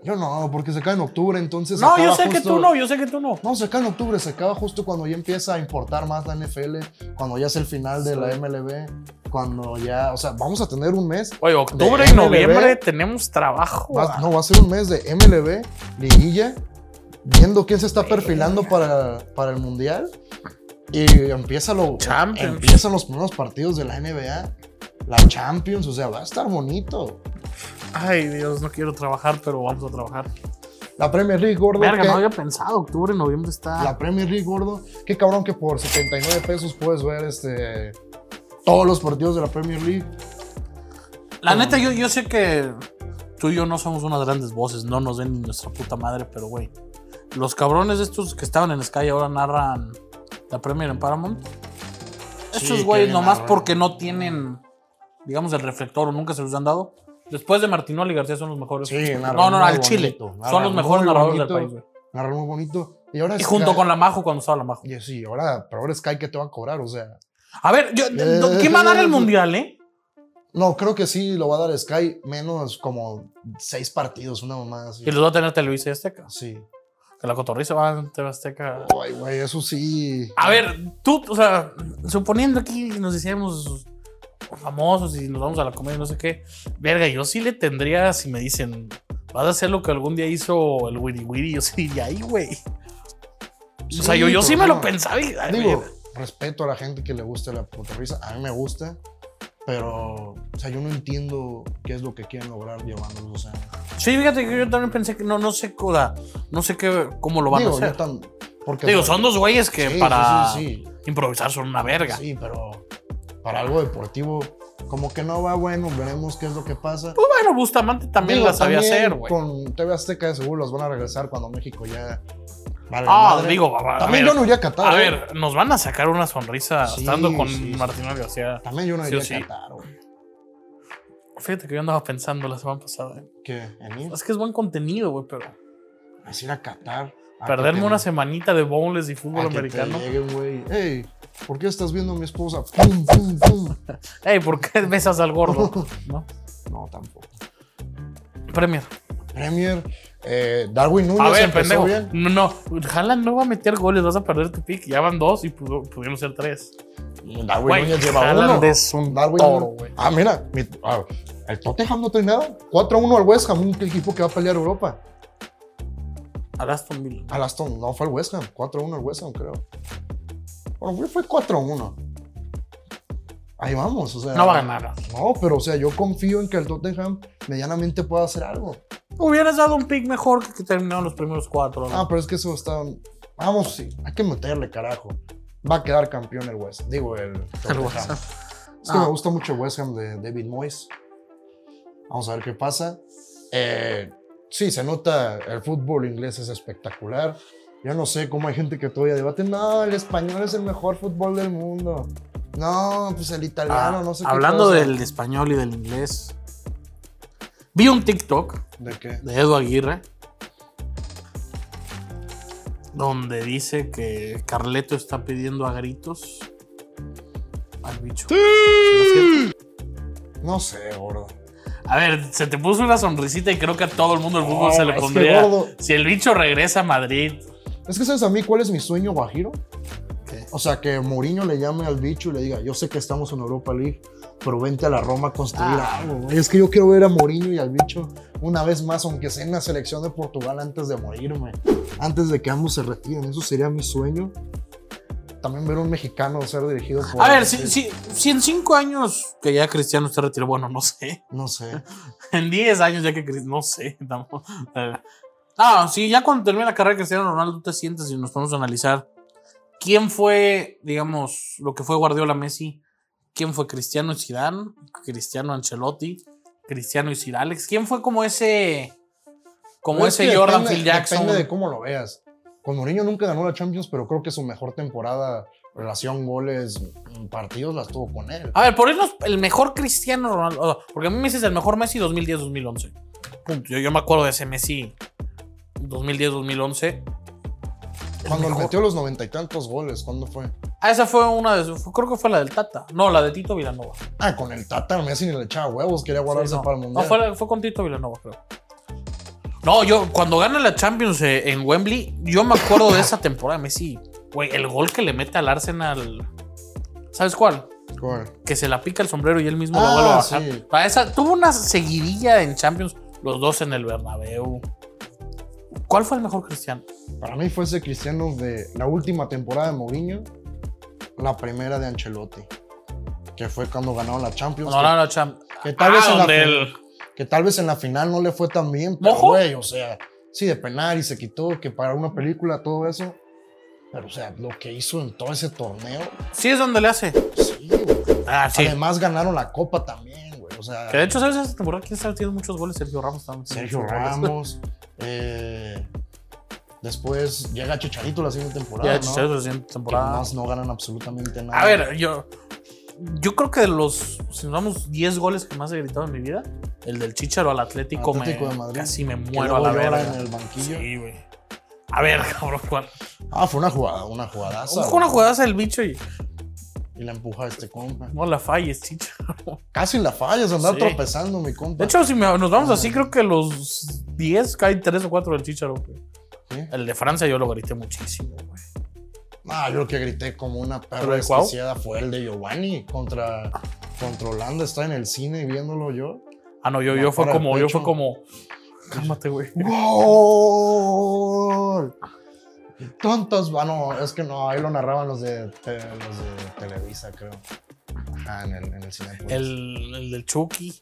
[SPEAKER 1] Yo no, porque se cae en octubre, entonces.
[SPEAKER 2] No, yo
[SPEAKER 1] acaba
[SPEAKER 2] sé que
[SPEAKER 1] justo-
[SPEAKER 2] tú no, yo sé que tú no.
[SPEAKER 1] No, se cae en octubre, se acaba justo cuando ya empieza a importar más la NFL, cuando ya es el final de la MLB, cuando ya, o sea, vamos a tener un mes,
[SPEAKER 2] Oye, octubre y
[SPEAKER 1] MLB.
[SPEAKER 2] noviembre tenemos trabajo.
[SPEAKER 1] va-
[SPEAKER 2] ah.
[SPEAKER 1] no, va a ser un mes de MLB, liguilla, viendo quién se está perfilando para, para el Mundial, y empieza lo,
[SPEAKER 2] Champions.
[SPEAKER 1] empiezan los primeros partidos de la NBA, la Champions, o sea, va a estar bonito.
[SPEAKER 2] Ay, Dios, no quiero trabajar, pero vamos a trabajar.
[SPEAKER 1] La Premier League, gordo.
[SPEAKER 2] Verga,
[SPEAKER 1] que-
[SPEAKER 2] no había pensado. Octubre, noviembre está.
[SPEAKER 1] La Premier League, gordo. Qué cabrón que por 79 pesos puedes ver este todos los partidos de la Premier League.
[SPEAKER 2] La neta, yo, yo sé que tú y yo no somos unas grandes voces, no nos ven ni nuestra puta madre, pero güey. Los cabrones estos que estaban en Sky ahora narran la Premier en Paramount. Estos
[SPEAKER 1] Sí,
[SPEAKER 2] güeyes,
[SPEAKER 1] que
[SPEAKER 2] nomás
[SPEAKER 1] narran.
[SPEAKER 2] porque no tienen, digamos, el reflector o nunca se los han dado. Después de Martinoli y García son los mejores.
[SPEAKER 1] Sí, narran
[SPEAKER 2] no, no, no,
[SPEAKER 1] muy
[SPEAKER 2] al Chile.
[SPEAKER 1] bonito,
[SPEAKER 2] Son
[SPEAKER 1] narran
[SPEAKER 2] los mejores
[SPEAKER 1] muy
[SPEAKER 2] narradores del
[SPEAKER 1] bonito.
[SPEAKER 2] país, güey.
[SPEAKER 1] Narrar muy bonito. Y ahora
[SPEAKER 2] Y junto
[SPEAKER 1] Sky-
[SPEAKER 2] con la Majo cuando estaba la Majo.
[SPEAKER 1] Y sí, ahora, pero ahora Sky que te va a cobrar, o sea.
[SPEAKER 2] A ver, yo,
[SPEAKER 1] Eh,
[SPEAKER 2] ¿quién va a dar el mundial, eh?
[SPEAKER 1] No, creo que sí lo va a dar Sky menos como seis partidos, una mamá así.
[SPEAKER 2] Y los va a tener Televisa y Azteca.
[SPEAKER 1] Sí.
[SPEAKER 2] Que la cotorriza va a TV Azteca.
[SPEAKER 1] Ay, güey, eso sí.
[SPEAKER 2] A ver, tú, o sea, suponiendo aquí nos decíamos famosos y nos vamos a la comedia, y no sé qué. Verga, yo sí le tendría, si me dicen, vas a hacer lo que algún día hizo el Wiri Wiri, yo sí diría, ahí, güey. o sea, yo, yo sí
[SPEAKER 1] pero
[SPEAKER 2] me lo
[SPEAKER 1] no.
[SPEAKER 2] pensaba y. ay,
[SPEAKER 1] Digo,
[SPEAKER 2] verga.
[SPEAKER 1] respeto a la gente que le gusta la cotorriza. A mí me gusta. Pero, o sea, yo no entiendo qué es lo que quieren lograr llevándolos. O sea,
[SPEAKER 2] sí, fíjate que yo también pensé que no, no sé, o sea, no sé qué, cómo lo van
[SPEAKER 1] digo,
[SPEAKER 2] a hacer.
[SPEAKER 1] yo tan- porque
[SPEAKER 2] Digo,
[SPEAKER 1] pues,
[SPEAKER 2] son dos güeyes que
[SPEAKER 1] Sí,
[SPEAKER 2] para
[SPEAKER 1] sí, sí,
[SPEAKER 2] improvisar son una verga.
[SPEAKER 1] sí, sí, pero para algo deportivo, como que no va bueno, veremos qué es lo que pasa.
[SPEAKER 2] Pues bueno, Bustamante también
[SPEAKER 1] Digo,
[SPEAKER 2] la sabía
[SPEAKER 1] también
[SPEAKER 2] hacer, güey.
[SPEAKER 1] Con TV Azteca de seguro los van a regresar cuando México ya. valga
[SPEAKER 2] Ah,
[SPEAKER 1] madre.
[SPEAKER 2] digo, a
[SPEAKER 1] También
[SPEAKER 2] ver.
[SPEAKER 1] yo no iría a Qatar.
[SPEAKER 2] A
[SPEAKER 1] ¿eh?
[SPEAKER 2] ver, nos van a sacar una sonrisa
[SPEAKER 1] Sí,
[SPEAKER 2] estando con
[SPEAKER 1] sí, sí.
[SPEAKER 2] Martín García.
[SPEAKER 1] También yo no
[SPEAKER 2] Sí
[SPEAKER 1] iría
[SPEAKER 2] o sí.
[SPEAKER 1] a Qatar. güey.
[SPEAKER 2] Fíjate que yo andaba pensando la semana pasada. ¿eh?
[SPEAKER 1] ¿Qué? ¿En ir?
[SPEAKER 2] Es que es buen contenido, güey, pero
[SPEAKER 1] Es ir a Qatar. a Ah, que
[SPEAKER 2] perderme
[SPEAKER 1] te-
[SPEAKER 2] una semanita de bowls y fútbol
[SPEAKER 1] a que te
[SPEAKER 2] americano.
[SPEAKER 1] lleguen, güey. Ey, ¿por qué estás viendo a mi esposa? Pum, pum, pum.
[SPEAKER 2] Ey, ¿por qué besas al gordo? ¿No?
[SPEAKER 1] No, tampoco.
[SPEAKER 2] Premier.
[SPEAKER 1] Premier, eh, Darwin Núñez
[SPEAKER 2] A ver,
[SPEAKER 1] empezó
[SPEAKER 2] pendejo.
[SPEAKER 1] bien.
[SPEAKER 2] No, no. Haaland no va a meter goles, vas a perder tu pick. Ya van dos y pudo- pudieron ser tres.
[SPEAKER 1] Darwin
[SPEAKER 2] Güey,
[SPEAKER 1] Núñez lleva
[SPEAKER 2] Haaland
[SPEAKER 1] uno.
[SPEAKER 2] es un
[SPEAKER 1] Darwin
[SPEAKER 2] toro,
[SPEAKER 1] Núñez-
[SPEAKER 2] güey.
[SPEAKER 1] Ah, mira, mi- ah, el Tottenham no trae nada. 4-1 al West Ham, un equipo que va a pelear Europa.
[SPEAKER 2] Al Aston Villa.
[SPEAKER 1] Al Aston, no, fue al West Ham. 4-1 al West Ham, creo. Bueno, fue- fue 4-1. Ahí vamos, o sea.
[SPEAKER 2] No va a ganar.
[SPEAKER 1] No, pero o sea, yo confío en que el Tottenham medianamente pueda hacer algo.
[SPEAKER 2] Hubieras dado un pick mejor que, que terminaron los primeros cuatro. ¿no?
[SPEAKER 1] Ah, pero es que eso está. Vamos, sí, hay que meterle, carajo. Va a quedar campeón el West. Digo, el Tottenham.
[SPEAKER 2] West Ham.
[SPEAKER 1] Es que
[SPEAKER 2] Ah.
[SPEAKER 1] me gusta mucho el West Ham de David Moyes. Vamos a ver qué pasa. Eh, sí, se nota, el fútbol inglés es espectacular. Yo no sé cómo hay gente que todavía debate, no, el español es el mejor fútbol del mundo. No, pues el italiano,
[SPEAKER 2] Ah,
[SPEAKER 1] no sé qué
[SPEAKER 2] hablando
[SPEAKER 1] cosa.
[SPEAKER 2] del español y del inglés, vi un TikTok
[SPEAKER 1] ¿De qué?
[SPEAKER 2] de Edu Aguirre donde dice que Carleto está pidiendo a gritos al bicho. ¿Será cierto?
[SPEAKER 1] No sé, gordo.
[SPEAKER 2] A ver, se te puso una sonrisita y creo que a todo el mundo el fútbol se
[SPEAKER 1] Ah, es
[SPEAKER 2] le
[SPEAKER 1] que,
[SPEAKER 2] pondría.
[SPEAKER 1] gordo.
[SPEAKER 2] Si el bicho regresa a Madrid,
[SPEAKER 1] Es que, ¿sabes a mí cuál es mi sueño, Guajiro?
[SPEAKER 2] ¿Qué?
[SPEAKER 1] O sea, que Mourinho le llame al bicho y le diga, yo sé que estamos en Europa League, pero vente a la Roma a construir
[SPEAKER 2] Ah.
[SPEAKER 1] algo. güey. Es que yo quiero ver a Mourinho y al bicho una vez más, aunque sea en la selección de Portugal antes de morirme, antes de que ambos se retiren. Eso sería mi sueño. También ver un mexicano ser dirigido por...
[SPEAKER 2] A ver, si, si, si en cinco años que ya Cristiano se retiró, bueno, no sé.
[SPEAKER 1] No sé.
[SPEAKER 2] En 10 años ya que Cris- no sé, tampoco. eh. Ah, sí, ya cuando termine la carrera de Cristiano Ronaldo, tú te sientes y nos podemos analizar quién fue, digamos, lo que fue Guardiola Messi, quién fue Cristiano y Zidane, Cristiano Ancelotti, Cristiano y Sir Alex, quién fue como ese como
[SPEAKER 1] Pero es
[SPEAKER 2] ese
[SPEAKER 1] que
[SPEAKER 2] Jordan
[SPEAKER 1] depende-
[SPEAKER 2] Phil Jackson.
[SPEAKER 1] Depende de cómo lo veas. Con Mourinho nunca ganó la Champions, pero creo que su mejor temporada, relación, goles, partidos, las tuvo con él.
[SPEAKER 2] A ver, por irnos el mejor Cristiano Ronaldo, o sea, porque a mí me dices el mejor Messi 2010-2011. punto. Yo, yo me acuerdo de ese Messi 2010-2011.
[SPEAKER 1] Cuando metió los noventa y tantos goles, ¿cuándo fue?
[SPEAKER 2] Ah, esa fue una de sus. Creo que fue la del Tata. No, la de Tito Vilanova.
[SPEAKER 1] Ah, con el Tata Messi ni le echaba huevos, quería guardarse
[SPEAKER 2] Sí, no.
[SPEAKER 1] para el
[SPEAKER 2] No,
[SPEAKER 1] mundial.
[SPEAKER 2] fue, la- fue con Tito Vilanova, creo. No, yo cuando gana la Champions eh, en Wembley, yo me acuerdo de esa temporada de Messi. Güey, el gol que le mete al Arsenal. ¿Sabes cuál?
[SPEAKER 1] Bueno,
[SPEAKER 2] Que se la pica el sombrero y él mismo la
[SPEAKER 1] Ah,
[SPEAKER 2] vuelve a bajar.
[SPEAKER 1] sí.
[SPEAKER 2] Ah, esa, tuvo una seguidilla en Champions, los dos en el Bernabéu. ¿Cuál fue el mejor Cristiano?
[SPEAKER 1] para mí fue ese Cristiano de la última temporada de Mourinho, la primera de Ancelotti, que fue cuando ganaron la Champions.
[SPEAKER 2] No,
[SPEAKER 1] que,
[SPEAKER 2] no, no, Champions.
[SPEAKER 1] que tal vez en la
[SPEAKER 2] donde
[SPEAKER 1] fin-
[SPEAKER 2] el-
[SPEAKER 1] que tal vez en la final no le fue tan bien, pero
[SPEAKER 2] ¿Mojo?
[SPEAKER 1] güey, o sea, sí, de penal y se quitó, que para una película todo eso. Pero, o sea, lo que hizo en todo ese torneo,
[SPEAKER 2] Sí, es donde le hace.
[SPEAKER 1] sí, güey.
[SPEAKER 2] Ah, sí.
[SPEAKER 1] Además ganaron la copa también, güey. O sea,
[SPEAKER 2] Que de hecho, ¿sabes? Esa temporada, quién sabe, tiene muchos goles. Sergio Ramos también. tiene
[SPEAKER 1] Sergio
[SPEAKER 2] muchos goles.
[SPEAKER 1] Ramos. eh, después llega Chicharito la siguiente temporada.
[SPEAKER 2] Ya,
[SPEAKER 1] ¿no?
[SPEAKER 2] Chicharito, la siguiente
[SPEAKER 1] Que
[SPEAKER 2] temporada.
[SPEAKER 1] más no ganan absolutamente nada.
[SPEAKER 2] A ver, yo. Yo creo que de los, si nos damos 10 goles que más he gritado en mi vida, el del Chicharo al Atlético,
[SPEAKER 1] Atlético
[SPEAKER 2] me,
[SPEAKER 1] de Madrid,
[SPEAKER 2] casi me
[SPEAKER 1] que
[SPEAKER 2] muero a la
[SPEAKER 1] luego llora en
[SPEAKER 2] verga.
[SPEAKER 1] el banquillo.
[SPEAKER 2] Sí, güey. A ver, cabrón, ¿cuál?
[SPEAKER 1] Ah, fue una jugada, una jugadaza.
[SPEAKER 2] Fue una
[SPEAKER 1] güey.
[SPEAKER 2] jugada el bicho y
[SPEAKER 1] Y la empuja a este compa.
[SPEAKER 2] no la falles, Chicharo.
[SPEAKER 1] Casi la fallas, andar
[SPEAKER 2] Sí.
[SPEAKER 1] tropezando, mi compa.
[SPEAKER 2] De hecho, si me- nos vamos así, creo que los 10 caen 3 o 4 del Chicharo.
[SPEAKER 1] Sí.
[SPEAKER 2] El de Francia yo lo grité muchísimo, güey.
[SPEAKER 1] Ah, yo el que grité como una perra
[SPEAKER 2] ¿Pero el cuau?
[SPEAKER 1] desquiciada fue el de Giovanni contra, contra Holanda. Estaba en el cine viéndolo yo.
[SPEAKER 2] Ah, no, yo,
[SPEAKER 1] No,
[SPEAKER 2] yo fue
[SPEAKER 1] para el
[SPEAKER 2] como, yo fue
[SPEAKER 1] pecho.
[SPEAKER 2] como. Cálmate, güey.
[SPEAKER 1] ¡Gol! Tontos, ah, no, es que no, ahí lo narraban los de, te- los de Televisa, creo. Ajá, en el, en el cine.
[SPEAKER 2] El, el del Chucky.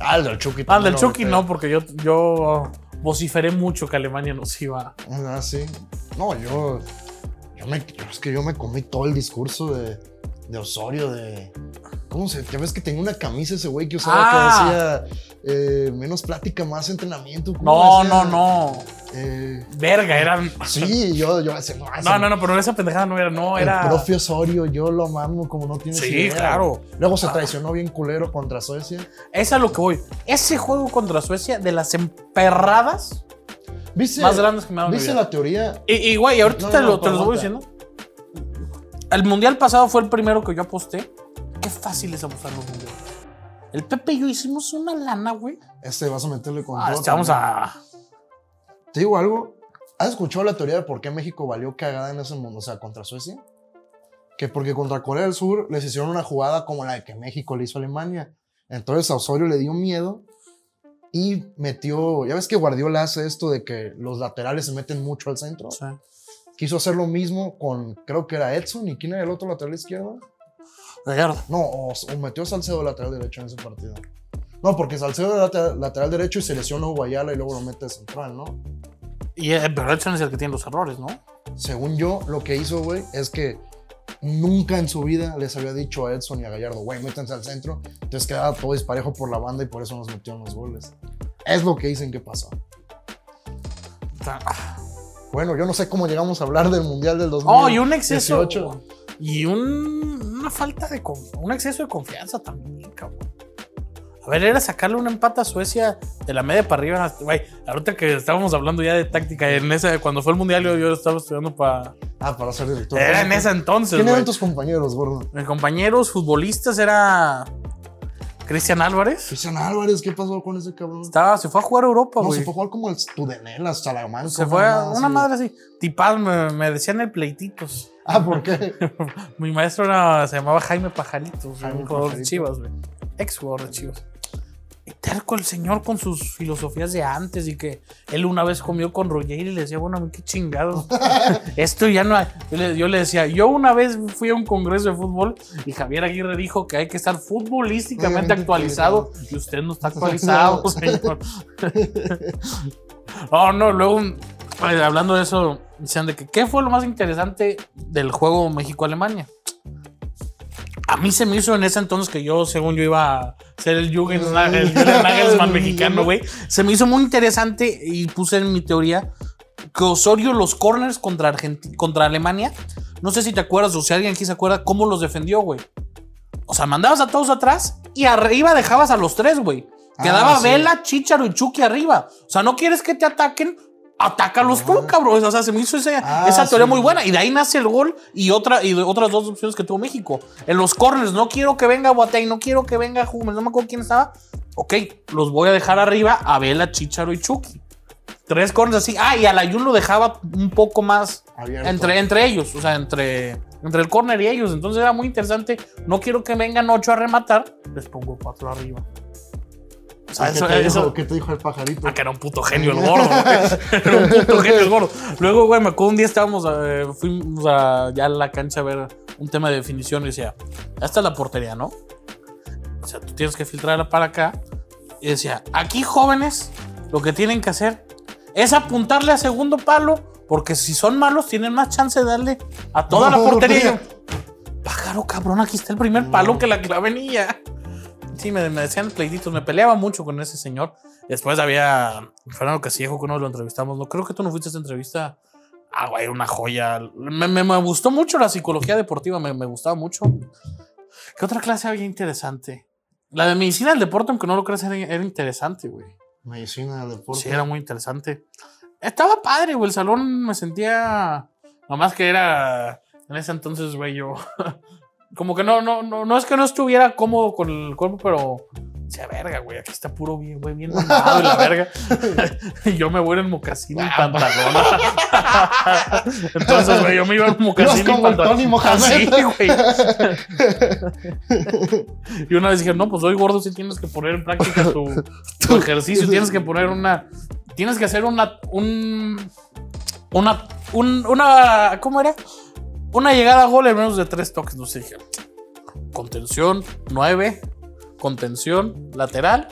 [SPEAKER 1] ah, el del Chucky.
[SPEAKER 2] Ah, el
[SPEAKER 1] también
[SPEAKER 2] del
[SPEAKER 1] lo
[SPEAKER 2] Chucky
[SPEAKER 1] grité.
[SPEAKER 2] no, porque yo, yo vociferé mucho que Alemania nos iba.
[SPEAKER 1] Ah, sí. No, yo, yo me, yo- es que yo me comí todo el discurso de, de Osorio, de... ¿Cómo se? Ya ves que tenía una camisa ese güey que usaba
[SPEAKER 2] Ah.
[SPEAKER 1] que decía eh, menos plática, más entrenamiento. ¿cómo
[SPEAKER 2] No,
[SPEAKER 1] decía?
[SPEAKER 2] no, no.
[SPEAKER 1] Eh,
[SPEAKER 2] Verga, eran.
[SPEAKER 1] Ah, sí, yo, yo decía, no, ese
[SPEAKER 2] No, no, no, pero esa pendejada no era, no era.
[SPEAKER 1] El profe Osorio, yo lo amo como no tiene
[SPEAKER 2] Sí, claro.
[SPEAKER 1] Luego se traicionó bien culero contra Suecia.
[SPEAKER 2] Esa es lo que voy. Ese juego contra Suecia, de las emperradas
[SPEAKER 1] ¿Viste,
[SPEAKER 2] más grandes que me han dado en mi
[SPEAKER 1] ¿viste
[SPEAKER 2] vida.
[SPEAKER 1] la teoría?
[SPEAKER 2] Y, y, güey, ahorita
[SPEAKER 1] No,
[SPEAKER 2] te,
[SPEAKER 1] no,
[SPEAKER 2] lo, te
[SPEAKER 1] pero
[SPEAKER 2] los voy
[SPEAKER 1] aguanta.
[SPEAKER 2] diciendo. El mundial pasado fue el primero que yo aposté. Qué fácil es apostar en los mundiales. El Pepe y yo hicimos una lana, güey.
[SPEAKER 1] Este, vas a meterle con
[SPEAKER 2] Ah,
[SPEAKER 1] todo
[SPEAKER 2] este, vamos
[SPEAKER 1] también.
[SPEAKER 2] a.
[SPEAKER 1] Te digo algo. ¿Has escuchado la teoría de por qué México valió cagada en ese mundo? O sea, contra Suecia. Que porque contra Corea del Sur les hicieron una jugada como la que México le hizo a Alemania. Entonces a Osorio le dio miedo y metió. Ya ves que Guardiola hace esto de que los laterales se meten mucho al centro.
[SPEAKER 2] Sí.
[SPEAKER 1] Quiso hacer lo mismo con, creo que era Edson y quién era el otro lateral izquierdo.
[SPEAKER 2] Gallardo.
[SPEAKER 1] No, o, o metió a Salcedo lateral derecho en ese partido. No, porque Salcedo era lateral, lateral derecho y se lesionó Guayala y luego lo mete de central, ¿no?
[SPEAKER 2] Y eh, pero Edson es el que tiene los errores, ¿no?
[SPEAKER 1] Según yo, lo que hizo, güey, es que nunca en su vida les había dicho a Edson y a Gallardo, güey, métanse al centro. Entonces quedaba todo disparejo por la banda y por eso nos metieron los goles. Es lo que dicen que pasó.
[SPEAKER 2] O sea,
[SPEAKER 1] Bueno, yo no sé cómo llegamos a hablar del Mundial del 2018.
[SPEAKER 2] Oh, y un exceso. Y un- una falta de conf- un exceso de confianza también, cabrón. A ver, era sacarle un empate a Suecia de la media para arriba. hasta- Güey, ahorita que estábamos hablando ya de táctica, en esa, cuando fue el mundial yo, yo estaba estudiando para.
[SPEAKER 1] Ah, para ser director.
[SPEAKER 2] Era en ese entonces,
[SPEAKER 1] ¿Quién eran
[SPEAKER 2] güey.
[SPEAKER 1] tus compañeros, gordo?
[SPEAKER 2] Mis compañeros futbolistas era. Cristian Álvarez.
[SPEAKER 1] Cristian Álvarez, ¿qué pasó con ese cabrón?
[SPEAKER 2] Estaba, se fue a jugar a Europa,
[SPEAKER 1] No,
[SPEAKER 2] güey.
[SPEAKER 1] se fue a jugar como el Studenela, Salamanca.
[SPEAKER 2] Se fue a-
[SPEAKER 1] mamada
[SPEAKER 2] una
[SPEAKER 1] así.
[SPEAKER 2] madre así. Tipaz, me, me decían el pleititos.
[SPEAKER 1] Ah, ¿por qué?
[SPEAKER 2] Mi maestro era- se llamaba Jaime Pajalitos,
[SPEAKER 1] Jaime
[SPEAKER 2] un jugador de
[SPEAKER 1] Pajarito.
[SPEAKER 2] Chivas, güey. Ex jugador de Chivas. Y terco el señor con sus filosofías de antes y que él una vez comió con Roger y le decía, bueno, a mí qué chingados. Esto ya no. hay". Yo le, yo le decía, yo una vez fui a un congreso de fútbol y Javier Aguirre dijo que hay que estar futbolísticamente
[SPEAKER 1] Obviamente
[SPEAKER 2] actualizado y usted no está actualizado, señor. No, no, luego eh, hablando de eso, decían de que qué fue lo más interesante del juego México-Alemania. A mí se me hizo en ese entonces que yo, según yo, iba a ser el Jürgen Nag- el Julian Nagelsmann mexicano, güey. Se me hizo muy interesante y puse en mi teoría que Osorio los corners contra, Argenti- contra Alemania. No sé si te acuerdas o si alguien aquí se acuerda cómo los defendió, güey. O sea, mandabas a todos atrás y arriba dejabas a los tres, güey. Quedaba
[SPEAKER 1] Ah, sí.
[SPEAKER 2] Vela, Chicharo y Chucky arriba. O sea, no quieres que te ataquen, atácalos tú,
[SPEAKER 1] Ah.
[SPEAKER 2] cabrón. O sea, se me hizo ese-
[SPEAKER 1] Ah,
[SPEAKER 2] esa teoría
[SPEAKER 1] sí.
[SPEAKER 2] muy buena. Y de ahí nace el gol y, otra, y de otras dos opciones que tuvo México. En los corners, no quiero que venga Boateng, no quiero que venga Hummels, no me acuerdo quién estaba. Ok, los voy a dejar arriba a Vela, Chicharo y Chucky. Tres corners así. Ah, y al ayuno lo dejaba un poco más
[SPEAKER 1] Abierto.
[SPEAKER 2] entre, entre ellos, o sea, entre, entre el corner y ellos. Entonces era muy interesante. No quiero que vengan ocho a rematar, les pongo cuatro arriba. O sea,
[SPEAKER 1] ¿Qué,
[SPEAKER 2] eso,
[SPEAKER 1] te dijo,
[SPEAKER 2] eso-
[SPEAKER 1] ¿Qué te dijo el pajarito?
[SPEAKER 2] Ah, que era un puto genio el gordo, güey. Era un puto genio el gordo. Luego, güey, me acuerdo un día estábamos, eh, fuimos a, ya a la cancha a ver un tema de definición y decía, esta es la portería, ¿no? O sea, tú tienes que filtrarla para acá. Y decía, aquí jóvenes, lo que tienen que hacer es apuntarle a segundo palo, porque si son malos tienen más chance de darle a toda la
[SPEAKER 1] No,
[SPEAKER 2] portería. Y
[SPEAKER 1] no.
[SPEAKER 2] yo, Pájaro, cabrón, aquí está el primer palo que la clavenía. Sí, me, me decían pleititos, me peleaba mucho con ese señor. Después había Fernando Casillejo, que uno lo entrevistamos. No creo que tú no fuiste a esa entrevista. Ah, güey, una joya. Me, me- me gustó mucho la psicología deportiva, me, me gustaba mucho. ¿Qué otra clase había interesante? La de medicina del deporte, aunque no lo creas, era, era interesante, güey.
[SPEAKER 1] Medicina del deporte.
[SPEAKER 2] Sí, era muy interesante. Estaba padre, güey. El salón me sentía. Nomás que era. En ese entonces, güey, yo. Como que no, no, no, no es que no estuviera cómodo con el cuerpo, pero. Se verga, güey. Aquí está puro bien, güey, bien mamado y la verga. y yo me voy a ir en mocasín
[SPEAKER 1] Ah,
[SPEAKER 2] y pantalón. entonces, güey, yo me iba en mocasín y
[SPEAKER 1] Ibas como el
[SPEAKER 2] pantalón.
[SPEAKER 1] Tony Mohamed.
[SPEAKER 2] Así, güey. y una vez dije, no, pues hoy gordo sí tienes que poner en práctica tu, tu ejercicio, tienes que poner una. Tienes que hacer una. Un, una. un- una. ¿Cómo era? Una llegada a gol en menos de tres toques. No sé, dije. Contención, nueve. Contención, lateral,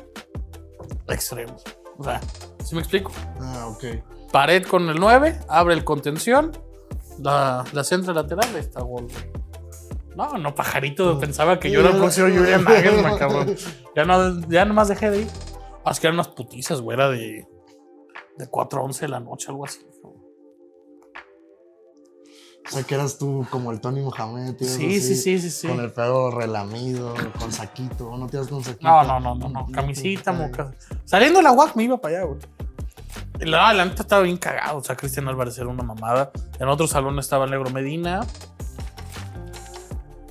[SPEAKER 2] extremo. O sea, ¿sí me explico?
[SPEAKER 1] Ah, ok.
[SPEAKER 2] Pared con el 9, abre el contención, la, la centro lateral, ahí está gol. güey. No, no, pajarito, pensaba que yo era el próximo Julian Nagelsmann, cabrón. Ya, no, ya nomás dejé de ir. Ah, es que eran unas putizas, güey, era de, de 4 a 11 de la noche, algo así.
[SPEAKER 1] O sea, que eras tú como el Tony Mohamed. ibas
[SPEAKER 2] Sí, sí,
[SPEAKER 1] así,
[SPEAKER 2] sí, sí, sí.
[SPEAKER 1] Con el pedo relamido, con saquito. No te das con saquito.
[SPEAKER 2] No, no, no, no, no. Camisita, moca. Saliendo de la UAC me iba para allá, güey. Y La, la neta estaba bien cagado. O sea, Cristian Álvarez era una mamada. En otro salón estaba el Negro Medina.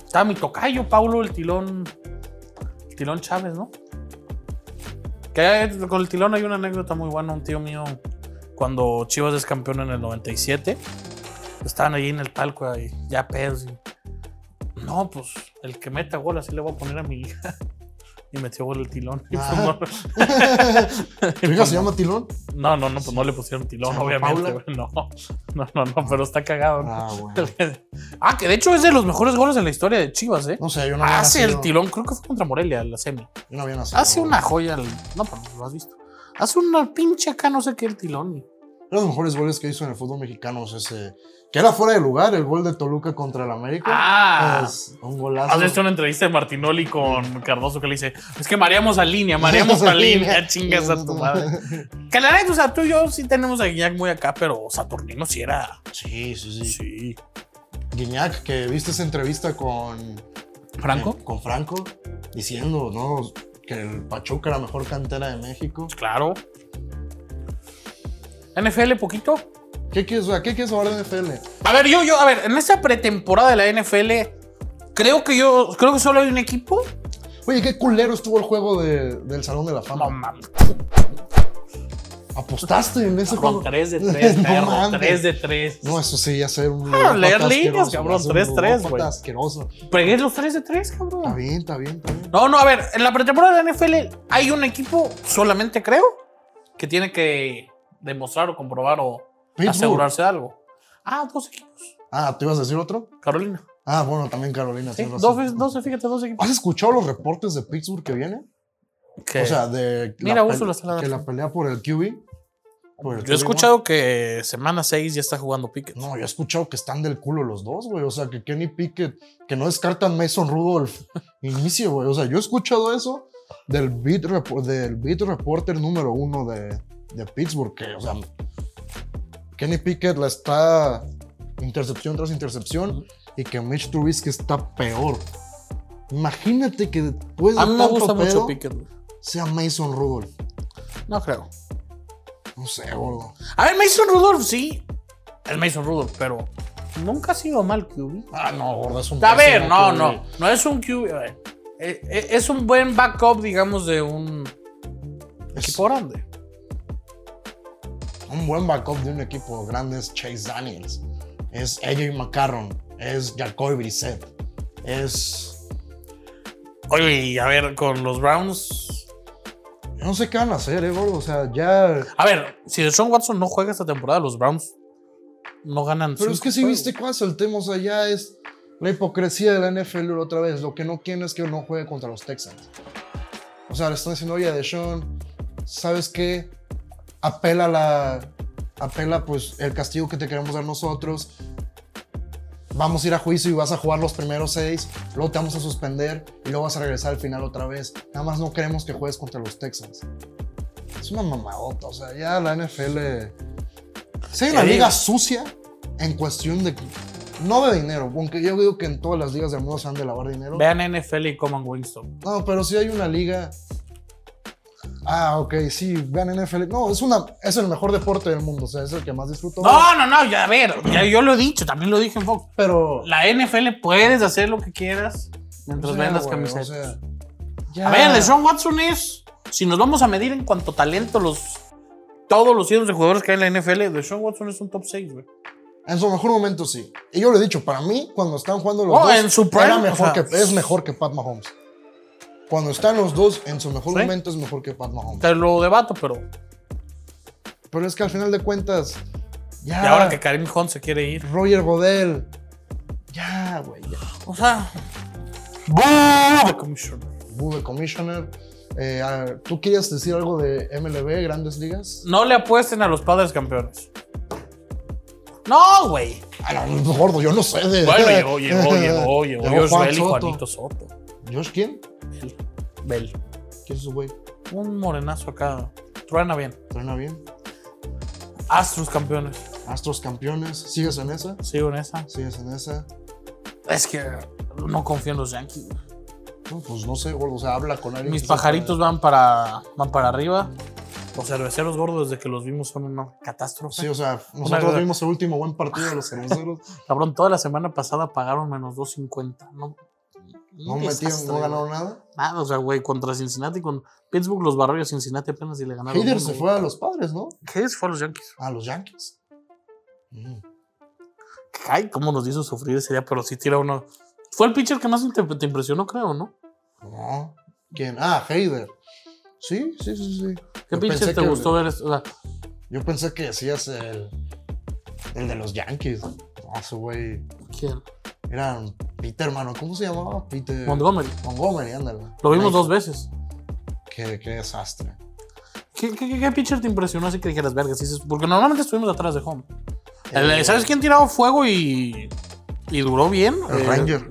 [SPEAKER 2] Estaba mi tocayo, Paulo, el tilón. El tilón Chávez, ¿no? Que eh, con el tilón hay una anécdota muy buena. Un tío mío, cuando Chivas es campeón en el 97, estaban ahí en el palco, ahí, ya pedos. y, no, pues el que meta gol, así le voy a poner a mi hija. Y metió gol el tilón. Y pues,
[SPEAKER 1] Ah.
[SPEAKER 2] no- pues
[SPEAKER 1] ¿Tu hija se llama Tilón?
[SPEAKER 2] no, no, no, pues no le pusieron tilón,
[SPEAKER 1] Chava
[SPEAKER 2] obviamente.
[SPEAKER 1] Paula.
[SPEAKER 2] güey, No, no, no, no, pero está cagado. ¿no?
[SPEAKER 1] Ah, bueno.
[SPEAKER 2] ah, que de hecho es de los mejores goles en la historia de Chivas, ¿eh?
[SPEAKER 1] No sé, yo no había
[SPEAKER 2] Hace el
[SPEAKER 1] nacido.
[SPEAKER 2] tilón, creo que fue contra Morelia, la semi.
[SPEAKER 1] Yo no había nacido.
[SPEAKER 2] Hace una joya, el- no, pero lo has visto. Hace una pinche acá, no sé qué, el tilón.
[SPEAKER 1] Uno de los mejores goles que hizo en el fútbol mexicano es ese. Que era fuera de lugar, el gol de Toluca contra el América.
[SPEAKER 2] Ah,
[SPEAKER 1] Es un golazo.
[SPEAKER 2] has visto una entrevista de Martinoli con Cardoso que le dice: Es que mareamos a línea, mareamos a línea, chingas a tu madre. Que la neta, o sea, tú y yo sí tenemos a Guiñac muy acá, pero Saturnino sí era.
[SPEAKER 1] Sí, sí, sí.
[SPEAKER 2] Sí.
[SPEAKER 1] Guiñac, que viste esa entrevista con
[SPEAKER 2] ¿Franco?
[SPEAKER 1] eh, con Franco, diciendo, ¿no? Que el Pachuca era la mejor cantera de México.
[SPEAKER 2] Claro. NFL poquito.
[SPEAKER 1] ¿Qué quieres, o sea, ¿qué quieres hablar de NFL?
[SPEAKER 2] A ver, yo, yo, a ver, en esta pretemporada de la NFL, creo que yo, creo que solo hay un equipo.
[SPEAKER 1] Oye, qué culero estuvo el juego de- del Salón de la Fama.
[SPEAKER 2] No mames.
[SPEAKER 1] ¿Apostaste en ese
[SPEAKER 2] Cabrón,
[SPEAKER 1] juego?
[SPEAKER 2] 3 de 3,
[SPEAKER 1] No
[SPEAKER 2] perro.
[SPEAKER 1] mames.
[SPEAKER 2] 3 de 3.
[SPEAKER 1] No, eso sí, ya ser un.
[SPEAKER 2] Ah, leer
[SPEAKER 1] ludópata
[SPEAKER 2] líneas,
[SPEAKER 1] asqueroso,
[SPEAKER 2] cabrón,
[SPEAKER 1] ya ser un
[SPEAKER 2] 3-3,
[SPEAKER 1] ludópata
[SPEAKER 2] güey.
[SPEAKER 1] asqueroso.
[SPEAKER 2] Pegué los 3 de 3,
[SPEAKER 1] Está
[SPEAKER 2] cabrón.
[SPEAKER 1] bien, está bien, está bien.
[SPEAKER 2] No, no, a ver, en la pretemporada de la NFL hay un equipo, solamente creo, que tiene que demostrar o comprobar o
[SPEAKER 1] Pittsburgh.
[SPEAKER 2] asegurarse de algo. Ah, dos equipos.
[SPEAKER 1] Ah, ¿tú ibas a decir otro?
[SPEAKER 2] Carolina.
[SPEAKER 1] Ah, bueno, también Carolina.
[SPEAKER 2] Sí,
[SPEAKER 1] tienes razón.
[SPEAKER 2] dos, dos, fíjate, dos equipos.
[SPEAKER 1] ¿Has escuchado los reportes de Pittsburgh que vienen?
[SPEAKER 2] Que-
[SPEAKER 1] O sea, de.
[SPEAKER 2] Mira,
[SPEAKER 1] pe-
[SPEAKER 2] Úrsula está la-
[SPEAKER 1] Que la pelea por el QB. por el
[SPEAKER 2] Yo
[SPEAKER 1] QB1.
[SPEAKER 2] he escuchado que semana 6 ya está jugando Pickett.
[SPEAKER 1] No, yo he escuchado que están del culo los dos, güey. O sea, que Kenny Pickett, que no descartan Mason Rudolph. Inicio, güey. O sea, yo he escuchado eso del beat, repo- del beat reporter número uno de, de Pittsburgh. Que, o sea, Kenny Pickett la está intercepción tras intercepción
[SPEAKER 2] Ujú.
[SPEAKER 1] y que Mitch Trubisky está peor. Imagínate que después de
[SPEAKER 2] A mí me
[SPEAKER 1] tanto
[SPEAKER 2] gusta mucho
[SPEAKER 1] pedo,
[SPEAKER 2] Pickett. güey.
[SPEAKER 1] sea Mason Rudolph.
[SPEAKER 2] No creo.
[SPEAKER 1] No sé, gordo.
[SPEAKER 2] A ver, Mason Rudolph, sí. Es Mason Rudolph, pero nunca ha sido mal QB.
[SPEAKER 1] Ah, no, gordo, es un
[SPEAKER 2] A ver,
[SPEAKER 1] pésimo
[SPEAKER 2] no,
[SPEAKER 1] QB.
[SPEAKER 2] no. No es un QB. a ver, eh, eh, Es un buen backup, digamos, de un
[SPEAKER 1] Es
[SPEAKER 2] equipo grande.
[SPEAKER 1] un buen backup de un equipo grande es Chase Daniels. Es AJ McCarron. Es Jacoby Brissett. Es.
[SPEAKER 2] Oye, y a ver, con los Browns.
[SPEAKER 1] Yo no sé qué van a hacer, eh, gordo. O sea, ya.
[SPEAKER 2] A ver, si Deshaun Watson no juega esta temporada, los Browns no ganan.
[SPEAKER 1] Pero es
[SPEAKER 2] cinco
[SPEAKER 1] que si
[SPEAKER 2] juegos.
[SPEAKER 1] viste cuál es el tema, o sea, ya es la hipocresía de la NFL otra vez. Lo que no quieren es que no juegue contra los Texans. O sea, le están diciendo, oye, Deshaun, ¿sabes qué? Apela la. Apela, pues, el castigo que te queremos dar nosotros. Vamos a ir a juicio y vas a jugar los primeros seis. Luego te vamos a suspender y luego vas a regresar al final otra vez. Nada más no queremos que juegues contra los Texans. Es una mamadota. O sea, ya la NFL. Sí, hay una
[SPEAKER 2] Te digo.
[SPEAKER 1] liga sucia en cuestión de. No de dinero, aunque yo digo que en todas las ligas del mundo se han de lavar dinero.
[SPEAKER 2] Vean NFL y coman Wingstop.
[SPEAKER 1] No, pero sí hay una liga. Ah, ok, sí, vean NFL. No, es, una, es el mejor deporte del mundo, o sea, es el que más disfruto.
[SPEAKER 2] No, no, no, ya a ver, ya yo lo he dicho, también lo dije en Fox.
[SPEAKER 1] pero.
[SPEAKER 2] La NFL puedes hacer lo que quieras mientras
[SPEAKER 1] o sea,
[SPEAKER 2] vendas
[SPEAKER 1] güey,
[SPEAKER 2] camisetas.
[SPEAKER 1] o sea, ya.
[SPEAKER 2] a ver, Deshaun Watson es, si nos vamos a medir en cuanto talento los todos los ídolos de jugadores que hay en la NFL, Deshaun Watson es un top 6, güey.
[SPEAKER 1] En su mejor momento sí. Y yo lo he dicho, para mí, cuando están jugando los
[SPEAKER 2] Oh,
[SPEAKER 1] dos,
[SPEAKER 2] en su prime,
[SPEAKER 1] era
[SPEAKER 2] o
[SPEAKER 1] mejor
[SPEAKER 2] sea.
[SPEAKER 1] que, es mejor que Pat Mahomes. Cuando están los dos, en su mejor
[SPEAKER 2] Sí.
[SPEAKER 1] momento es mejor que Pat Mahomes.
[SPEAKER 2] Te lo debato, pero
[SPEAKER 1] Pero es que al final de cuentas, ya.
[SPEAKER 2] y ahora que Karim Hunt se quiere ir.
[SPEAKER 1] Roger Godel. Ya, güey. Ya.
[SPEAKER 2] O sea, ¡Boo! The Commissioner.
[SPEAKER 1] Boo de Commissioner. Eh, ah, ¿Tú querías decir algo de MLB, Grandes Ligas?
[SPEAKER 2] No le apuesten a los padres campeones. No, güey.
[SPEAKER 1] Ah, no, gordo, yo no sé de.
[SPEAKER 2] Bueno, llegó, llegó, llegó, llegó. Josh
[SPEAKER 1] Juan
[SPEAKER 2] Bell y
[SPEAKER 1] Soto.
[SPEAKER 2] Juanito Soto.
[SPEAKER 1] ¿Josh quién?
[SPEAKER 2] Bell. Bell.
[SPEAKER 1] ¿Quién es su güey?
[SPEAKER 2] Un morenazo acá. Truena bien.
[SPEAKER 1] Trena bien.
[SPEAKER 2] Astros campeones.
[SPEAKER 1] Astros campeones. ¿Sigues en esa?
[SPEAKER 2] Sigo en esa.
[SPEAKER 1] ¿Sigues en esa?
[SPEAKER 2] Es que no confío en los Yankees.
[SPEAKER 1] No, pues no sé, gordo. O sea, habla con alguien.
[SPEAKER 2] Mis
[SPEAKER 1] que sepa
[SPEAKER 2] pajaritos van para, van para arriba. Los cerveceros gordos, desde que los vimos, son una
[SPEAKER 1] de- Sí,
[SPEAKER 2] catástrofe.
[SPEAKER 1] o sea, nosotros
[SPEAKER 2] verdad.
[SPEAKER 1] vimos el último buen partido de los cerveceros.
[SPEAKER 2] Cabrón, toda la semana pasada pagaron menos 2.50.
[SPEAKER 1] No
[SPEAKER 2] No, un
[SPEAKER 1] metieron,
[SPEAKER 2] desastre,
[SPEAKER 1] no
[SPEAKER 2] güey.
[SPEAKER 1] ganaron nada.
[SPEAKER 2] Nada, o sea, güey, contra Cincinnati, con Pittsburgh los barrios Cincinnati apenas y le ganaron.
[SPEAKER 1] Hader
[SPEAKER 2] uno,
[SPEAKER 1] se
[SPEAKER 2] güey.
[SPEAKER 1] fue a los padres, ¿no?
[SPEAKER 2] Hayes fue a los Yankees.
[SPEAKER 1] A los Yankees. Mm.
[SPEAKER 2] Ay, cómo nos hizo sufrir ese día, pero sí tira uno. Fue el pitcher que más te, te impresionó, creo, ¿no?
[SPEAKER 1] No. ¿Quién? Ah, Hader. Sí, sí, sí, sí.
[SPEAKER 2] ¿Qué
[SPEAKER 1] Yo
[SPEAKER 2] pitcher
[SPEAKER 1] pensé
[SPEAKER 2] te
[SPEAKER 1] que-
[SPEAKER 2] gustó ver? esto? O sea,
[SPEAKER 1] Yo pensé que decías el, el de los Yankees. No, ese güey.
[SPEAKER 2] ¿quién?
[SPEAKER 1] Era Peter, hermano. ¿Cómo se llamaba? Peter
[SPEAKER 2] Montgomery.
[SPEAKER 1] Montgomery, ándale.
[SPEAKER 2] Lo vimos
[SPEAKER 1] Ay,
[SPEAKER 2] dos veces.
[SPEAKER 1] Qué, qué desastre.
[SPEAKER 2] ¿Qué, qué, qué- qué pitcher te impresionó así que dijeras, vergas? dices, Porque normalmente estuvimos atrás de home. El-
[SPEAKER 1] Eh,
[SPEAKER 2] ¿Sabes quién tiraba fuego y, y duró bien?
[SPEAKER 1] El
[SPEAKER 2] Eh,
[SPEAKER 1] Ranger.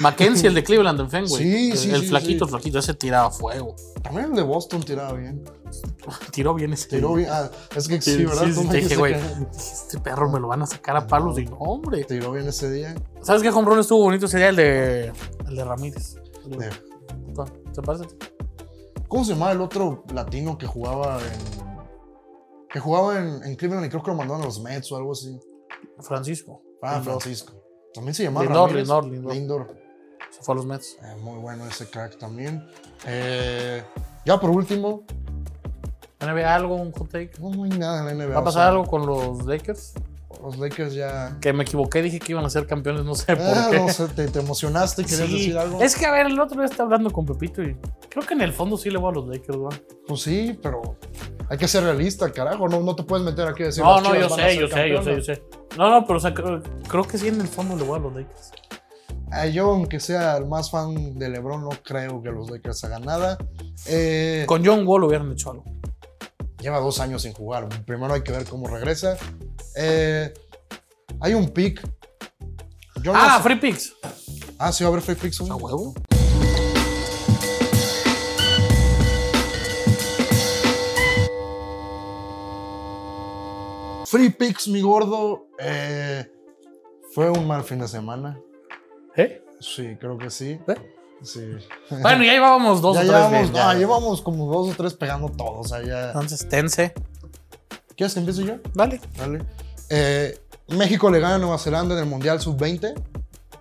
[SPEAKER 2] Mackenzie, el de Cleveland en Fenway.
[SPEAKER 1] Sí,
[SPEAKER 2] El-
[SPEAKER 1] sí,
[SPEAKER 2] El
[SPEAKER 1] sí,
[SPEAKER 2] flaquito,
[SPEAKER 1] sí.
[SPEAKER 2] flaquito, ese tiraba fuego.
[SPEAKER 1] También el de Boston tiraba bien.
[SPEAKER 2] Tiró bien ese.
[SPEAKER 1] Tiró bien. Ah, es que sí,
[SPEAKER 2] Sí,
[SPEAKER 1] ¿verdad?
[SPEAKER 2] sí,
[SPEAKER 1] Tú
[SPEAKER 2] sí,
[SPEAKER 1] me
[SPEAKER 2] te
[SPEAKER 1] dijiste
[SPEAKER 2] dije, güey,
[SPEAKER 1] que
[SPEAKER 2] dije, este perro me lo van a sacar a palos. Y no, hombre.
[SPEAKER 1] Tiró bien ese día.
[SPEAKER 2] ¿Sabes qué home run estuvo bonito ese día? El de, el de Ramírez. El de-
[SPEAKER 1] Eh,
[SPEAKER 2] ¿Te parece?
[SPEAKER 1] ¿Cómo se llamaba el otro latino que jugaba en. que jugaba en, en Cleveland y creo que lo mandaron a los Mets o algo así?
[SPEAKER 2] Francisco.
[SPEAKER 1] Ah,
[SPEAKER 2] Lindor.
[SPEAKER 1] Francisco. También se llamaba
[SPEAKER 2] Lindor,
[SPEAKER 1] Ramírez.
[SPEAKER 2] Lindor, Lindor.
[SPEAKER 1] Lindor.
[SPEAKER 2] Se fue a los Mets.
[SPEAKER 1] Eh, muy bueno ese crack también. Eh, ya por último,
[SPEAKER 2] ¿NBA algo? ¿Un hot take?
[SPEAKER 1] no hay nada en la NBA.
[SPEAKER 2] ¿Va a
[SPEAKER 1] o
[SPEAKER 2] pasar
[SPEAKER 1] sea,
[SPEAKER 2] algo con los Lakers?
[SPEAKER 1] Los Lakers ya.
[SPEAKER 2] Que me equivoqué, dije que iban a ser campeones, no sé por
[SPEAKER 1] Ah,
[SPEAKER 2] qué.
[SPEAKER 1] no sé, te, te emocionaste, querías
[SPEAKER 2] Sí,
[SPEAKER 1] decir algo.
[SPEAKER 2] Es que a ver, el otro día está hablando con Pepito y creo que en el fondo sí le voy a los Lakers, güey.
[SPEAKER 1] Pues sí, pero hay que ser realista, carajo. No, no te puedes meter aquí a decir.
[SPEAKER 2] no,
[SPEAKER 1] las
[SPEAKER 2] no,
[SPEAKER 1] Chivas
[SPEAKER 2] yo
[SPEAKER 1] van a
[SPEAKER 2] sé,
[SPEAKER 1] ser
[SPEAKER 2] yo sé, yo sé, yo
[SPEAKER 1] campeonas.
[SPEAKER 2] sé. No, no, pero o sea, creo, creo que sí en el fondo le voy a los Lakers.
[SPEAKER 1] Ah, yo, aunque sea el más fan de LeBron, no creo que los Lakers hagan nada. Eh,
[SPEAKER 2] Con John Wall hubieran hecho algo.
[SPEAKER 1] lleva dos años sin jugar. Primero hay que ver cómo regresa. Eh, hay un pick. Yo no
[SPEAKER 2] Ah,
[SPEAKER 1] sé-
[SPEAKER 2] Free Picks.
[SPEAKER 1] Ah, sí, va a haber free picks. ¿no?
[SPEAKER 2] A huevo.
[SPEAKER 1] Free Picks, mi gordo. eh, fue un mal fin de semana.
[SPEAKER 2] ¿Eh?
[SPEAKER 1] Sí, creo que sí.
[SPEAKER 2] ¿Eh?
[SPEAKER 1] Sí.
[SPEAKER 2] Bueno, ya llevábamos dos
[SPEAKER 1] ya
[SPEAKER 2] o tres.
[SPEAKER 1] llevamos,
[SPEAKER 2] bien, ya.
[SPEAKER 1] ah, llevamos como dos o tres pegando todos. O sea, ya-
[SPEAKER 2] Entonces, tense.
[SPEAKER 1] ¿Quieres que empiece yo?
[SPEAKER 2] Vale.
[SPEAKER 1] Dale. Eh, México le gana a Nueva Zelanda en el Mundial Sub-20.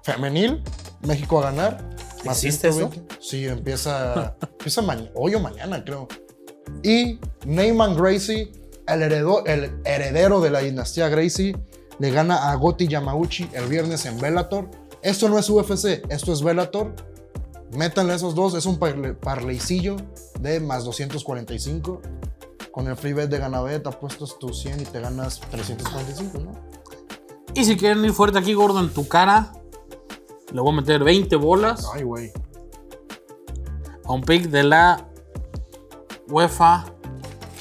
[SPEAKER 1] Femenil. México a ganar. Más
[SPEAKER 2] ¿Existe eso?
[SPEAKER 1] 120. Sí, empieza, empieza ma- hoy o mañana, creo. Y Neyman Gracie, el, heredó- el heredero de la dinastía Gracie, le gana a Goti Yamauchi el viernes en Bellator. Esto no es UFC, esto es Bellator. Métanle a esos dos, es un parle, parleycillo de más 245. Con el free bet de Ganabet apuestas tus 100 y te ganas 345, ¿no?
[SPEAKER 2] Y si quieren ir fuerte aquí, gordo, en tu cara, le voy a meter 20 bolas
[SPEAKER 1] Ay, güey.
[SPEAKER 2] a un pick de la UEFA.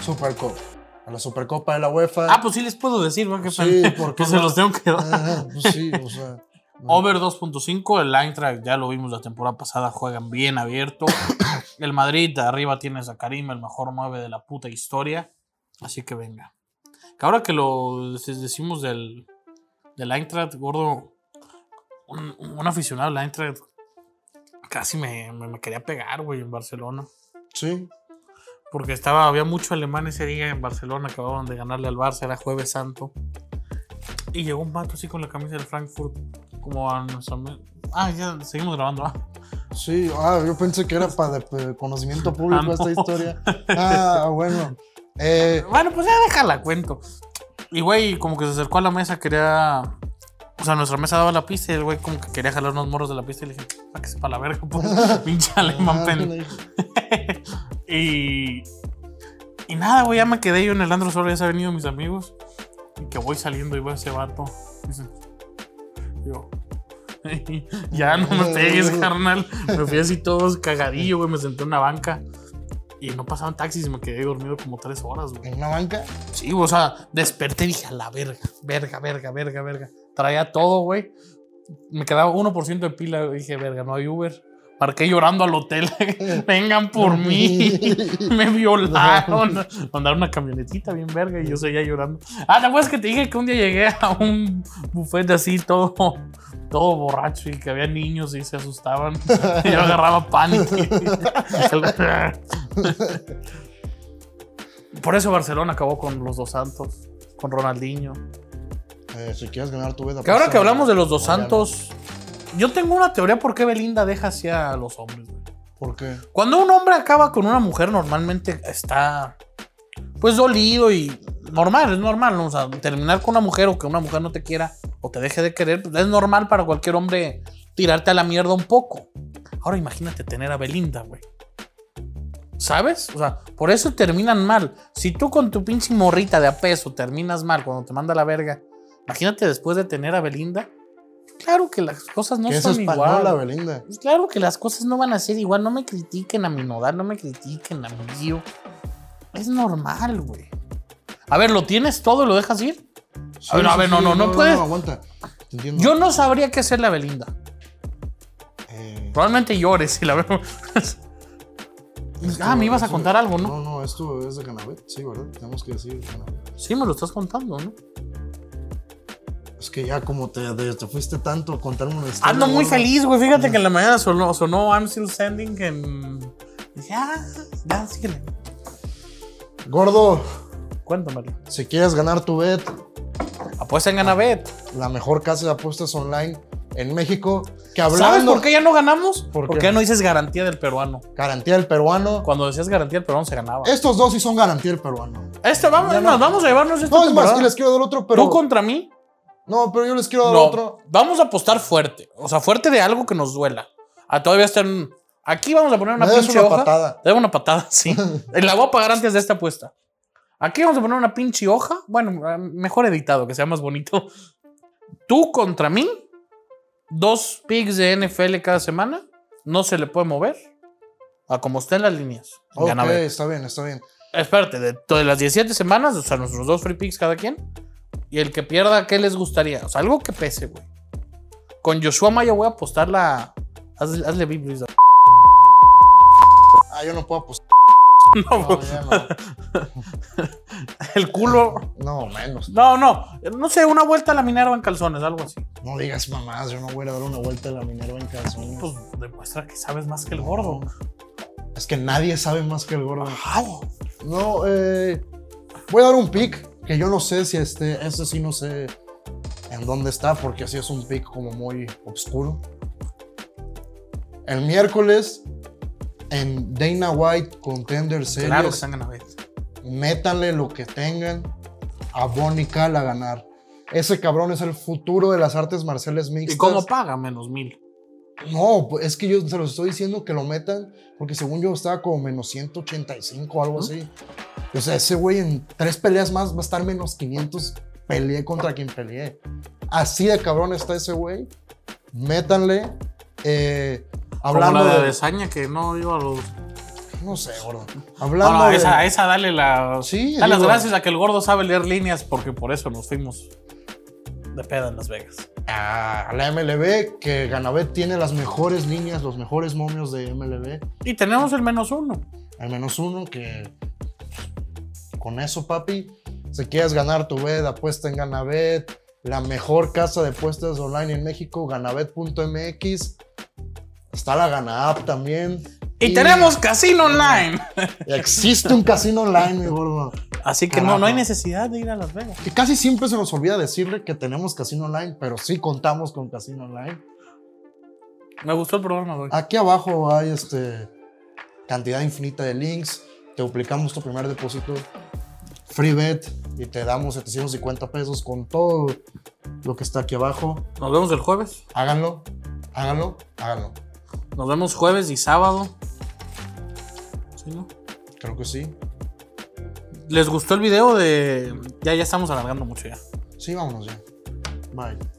[SPEAKER 1] Supercopa. A la Supercopa de la UEFA.
[SPEAKER 2] Ah, pues sí les puedo decir, ¿no? Qué
[SPEAKER 1] Sí,
[SPEAKER 2] pena.
[SPEAKER 1] ¿por qué
[SPEAKER 2] Pues se
[SPEAKER 1] no?
[SPEAKER 2] los tengo que dar.
[SPEAKER 1] Ah, pues sí, o sea. no.
[SPEAKER 2] Over 2.5, el Eintracht ya lo vimos la temporada pasada, juegan bien abierto. el Madrid, arriba tienes a Karim, el mejor 9 de la puta historia. Así que venga. Que ahora que lo des- decimos del, del Eintracht, gordo, un, un aficionado del Eintracht casi me, me- me quería pegar, güey, en Barcelona.
[SPEAKER 1] Sí.
[SPEAKER 2] Porque estaba, había mucho alemán ese día en Barcelona, acababan de ganarle al Barça, era jueves santo. Y llegó un vato así con la camisa del Frankfurt, como a nuestra... me- Ah, ya seguimos grabando. ah.
[SPEAKER 1] Sí, ah, yo pensé que era para de- de conocimiento
[SPEAKER 2] Ah,
[SPEAKER 1] público
[SPEAKER 2] no.
[SPEAKER 1] esta historia. Ah, bueno. Eh,
[SPEAKER 2] Bueno, pues ya déjala, cuento. Y güey, como que se acercó a la mesa, quería... O sea, nuestra mesa daba la pista y el güey como que quería jalar unos morros de la pista y le dije, para que sepa la verga, pues, pinche alemán
[SPEAKER 1] ah,
[SPEAKER 2] pendejo". y, y nada, güey, ya me quedé yo en el Andro solo, ya se han venido mis amigos. Y que voy saliendo y voy a ese vato. Dicen, yo. ya no me pegues, carnal. Me fui así todos cagadillo, güey. Me senté en una banca. Y no pasaban taxis y me quedé dormido como tres horas, güey.
[SPEAKER 1] en una banca.
[SPEAKER 2] Sí, o sea, desperté y dije, a la verga, verga, verga, verga, verga. Traía todo, güey. Me quedaba 1% de pila. Dije, verga, no hay Uber. Parqué llorando al hotel. Vengan por mí. Me violaron. Mandaron una camionetita bien verga y yo seguía llorando. Ah, ¿te acuerdas que te dije que un día llegué a un buffet así todo, todo borracho y que había niños y se asustaban? Y yo agarraba pánico. Por eso Barcelona acabó con los dos santos, con Ronaldinho.
[SPEAKER 1] Eh, si quieres ganar tu vida.
[SPEAKER 2] Que ahora
[SPEAKER 1] pues,
[SPEAKER 2] que
[SPEAKER 1] eh,
[SPEAKER 2] hablamos de los dos
[SPEAKER 1] Mariano.
[SPEAKER 2] santos, yo tengo una teoría por qué Belinda deja así a los hombres, güey.
[SPEAKER 1] ¿Por qué?
[SPEAKER 2] Cuando un hombre acaba con una mujer, normalmente está pues dolido y normal, es normal. ¿no? O sea, terminar con una mujer o que una mujer no te quiera o te deje de querer, pues, es normal para cualquier hombre tirarte a la mierda un poco. Ahora imagínate tener a Belinda, güey. ¿Sabes? O sea, por eso terminan mal. Si tú con tu pinche morrita de a peso terminas mal cuando te manda a la verga, imagínate después de tener a Belinda. Claro que las cosas no
[SPEAKER 1] que es
[SPEAKER 2] son
[SPEAKER 1] española,
[SPEAKER 2] igual.
[SPEAKER 1] Belinda.
[SPEAKER 2] Pues Claro que las cosas no van a ser igual. No me critiquen a mi nodal, no me critiquen a mi tío. Es normal, güey. A ver, ¿lo tienes todo y lo dejas ir? A ver, a ver, no, no, no puedes.
[SPEAKER 1] aguanta. Te entiendo.
[SPEAKER 2] Yo no sabría qué hacerle a Belinda.
[SPEAKER 1] Eh,
[SPEAKER 2] Probablemente llores si la veo.
[SPEAKER 1] esto-
[SPEAKER 2] ah, me ibas a
[SPEAKER 1] esto-
[SPEAKER 2] contar algo, ¿no?
[SPEAKER 1] No, no, esto es de Canabet. Sí, ¿verdad? Tenemos que decir Canabet.
[SPEAKER 2] Sí, me lo estás contando, ¿no?
[SPEAKER 1] Es que ya como te, de- te fuiste tanto a contarme una historia.
[SPEAKER 2] Ando muy
[SPEAKER 1] gordo.
[SPEAKER 2] feliz, güey. Fíjate que en la mañana sonó, sonó I'm Still Standing en... Dije, ah, ya, síguele.
[SPEAKER 1] Gordo,
[SPEAKER 2] Cuéntamelo.
[SPEAKER 1] si quieres ganar tu bet,
[SPEAKER 2] Apuesta Pues en Ganabet.
[SPEAKER 1] la mejor casa de apuestas online en México. Que hablando,
[SPEAKER 2] ¿Sabes por qué ya no ganamos?
[SPEAKER 1] ¿Por
[SPEAKER 2] Porque
[SPEAKER 1] qué?
[SPEAKER 2] ya no dices garantía del peruano.
[SPEAKER 1] Garantía del peruano.
[SPEAKER 2] Cuando decías garantía del peruano se ganaba.
[SPEAKER 1] Estos dos sí son garantía del peruano.
[SPEAKER 2] Este, vamos,
[SPEAKER 1] Ya
[SPEAKER 2] Este es más,
[SPEAKER 1] no.
[SPEAKER 2] vamos a llevarnos esta
[SPEAKER 1] No, es más,
[SPEAKER 2] temporada.
[SPEAKER 1] que les quiero dar otro, pero.
[SPEAKER 2] ¿Tú contra mí?
[SPEAKER 1] No, pero yo les quiero dar
[SPEAKER 2] No.
[SPEAKER 1] otro.
[SPEAKER 2] Vamos a apostar fuerte. O sea, fuerte de algo que nos duela. Ah, todavía están. Aquí vamos a poner una
[SPEAKER 1] Me des
[SPEAKER 2] pinche
[SPEAKER 1] una
[SPEAKER 2] hoja.
[SPEAKER 1] patada.
[SPEAKER 2] Te doy una patada, sí. La voy a pagar antes de esta apuesta. Aquí vamos a poner una pinche hoja. Bueno, eh, mejor editado, que sea más bonito. Tú contra mí. Dos picks de NFL cada semana. No se le puede mover. A como estén las líneas.
[SPEAKER 1] Ok,
[SPEAKER 2] Gana Beto.
[SPEAKER 1] está bien, está bien.
[SPEAKER 2] Espérate, de todas las 17 semanas, o sea, nuestros dos free picks cada quien. Y el que pierda, ¿qué les gustaría? O sea, algo que pese, güey. Con Joshua Maya voy a apostar la. Hazle, hazle Biblis.
[SPEAKER 1] Ah, yo no puedo apostar.
[SPEAKER 2] No,
[SPEAKER 1] No,
[SPEAKER 2] pues,
[SPEAKER 1] ya no.
[SPEAKER 2] el culo.
[SPEAKER 1] No, menos.
[SPEAKER 2] No, no. No sé, una vuelta a la Minerva en calzones, algo así.
[SPEAKER 1] No digas mamás, yo no voy a ir a dar una vuelta a la minera en calzones.
[SPEAKER 2] Pues demuestra que sabes más que el gordo.
[SPEAKER 1] Es que nadie sabe más que el gordo.
[SPEAKER 2] Ay,
[SPEAKER 1] No, eh, voy a dar un pick que yo no sé si este, este sí no sé en dónde está, porque así es un pick como muy oscuro. El miércoles, en Dana White Contender Series,
[SPEAKER 2] claro que están ganadores.
[SPEAKER 1] métanle lo que tengan a Bonnie Cal a ganar. Ese cabrón es el futuro de las artes marciales mixtas.
[SPEAKER 2] ¿Y cómo paga? Menos mil.
[SPEAKER 1] No, pues, es que yo se los estoy diciendo que lo metan, porque según yo estaba como menos 185 o algo así. O sea, ese güey en tres peleas más va a estar menos 500. Peleé contra quien peleé. Así de cabrón está ese güey. Métanle. eh, hablando
[SPEAKER 2] Como la de
[SPEAKER 1] de.
[SPEAKER 2] Desaña que no iba a los.
[SPEAKER 1] No sé, gordo.
[SPEAKER 2] No,
[SPEAKER 1] Hablando
[SPEAKER 2] no, esa,
[SPEAKER 1] de.
[SPEAKER 2] esa dale la.
[SPEAKER 1] Sí,
[SPEAKER 2] da las
[SPEAKER 1] digo-
[SPEAKER 2] gracias a que el gordo sabe leer líneas porque por eso nos fuimos de peda en Las Vegas.
[SPEAKER 1] A la MLB, que Ganabet tiene las mejores líneas, los mejores momios de MLB.
[SPEAKER 2] Y tenemos el menos uno.
[SPEAKER 1] al menos uno que con eso, papi, si quieres ganar tu bet, apuesta en Ganabet, la mejor casa de apuestas online en México, ganabet.mx. Está la Gana App también.
[SPEAKER 2] Y, tenemos casino online.
[SPEAKER 1] Existe un casino online, mi gordo.
[SPEAKER 2] Así que no, no hay
[SPEAKER 1] Carajo.
[SPEAKER 2] necesidad de ir a Las Vegas.
[SPEAKER 1] Que casi siempre se nos olvida decirle que tenemos casino online, pero sí contamos con casino online.
[SPEAKER 2] Me gustó el programa de hoy.
[SPEAKER 1] Aquí abajo hay este, cantidad infinita de links. Te duplicamos tu primer depósito. Free bet. Y te damos 750 pesos con todo lo que está aquí abajo.
[SPEAKER 2] Nos vemos el jueves.
[SPEAKER 1] Háganlo. Háganlo. Háganlo.
[SPEAKER 2] Nos vemos jueves y sábado. ¿Sí, no?
[SPEAKER 1] Creo que sí.
[SPEAKER 2] ¿Les gustó el video de.? Ya, ya estamos alargando mucho ya.
[SPEAKER 1] Sí, vámonos ya. Bye.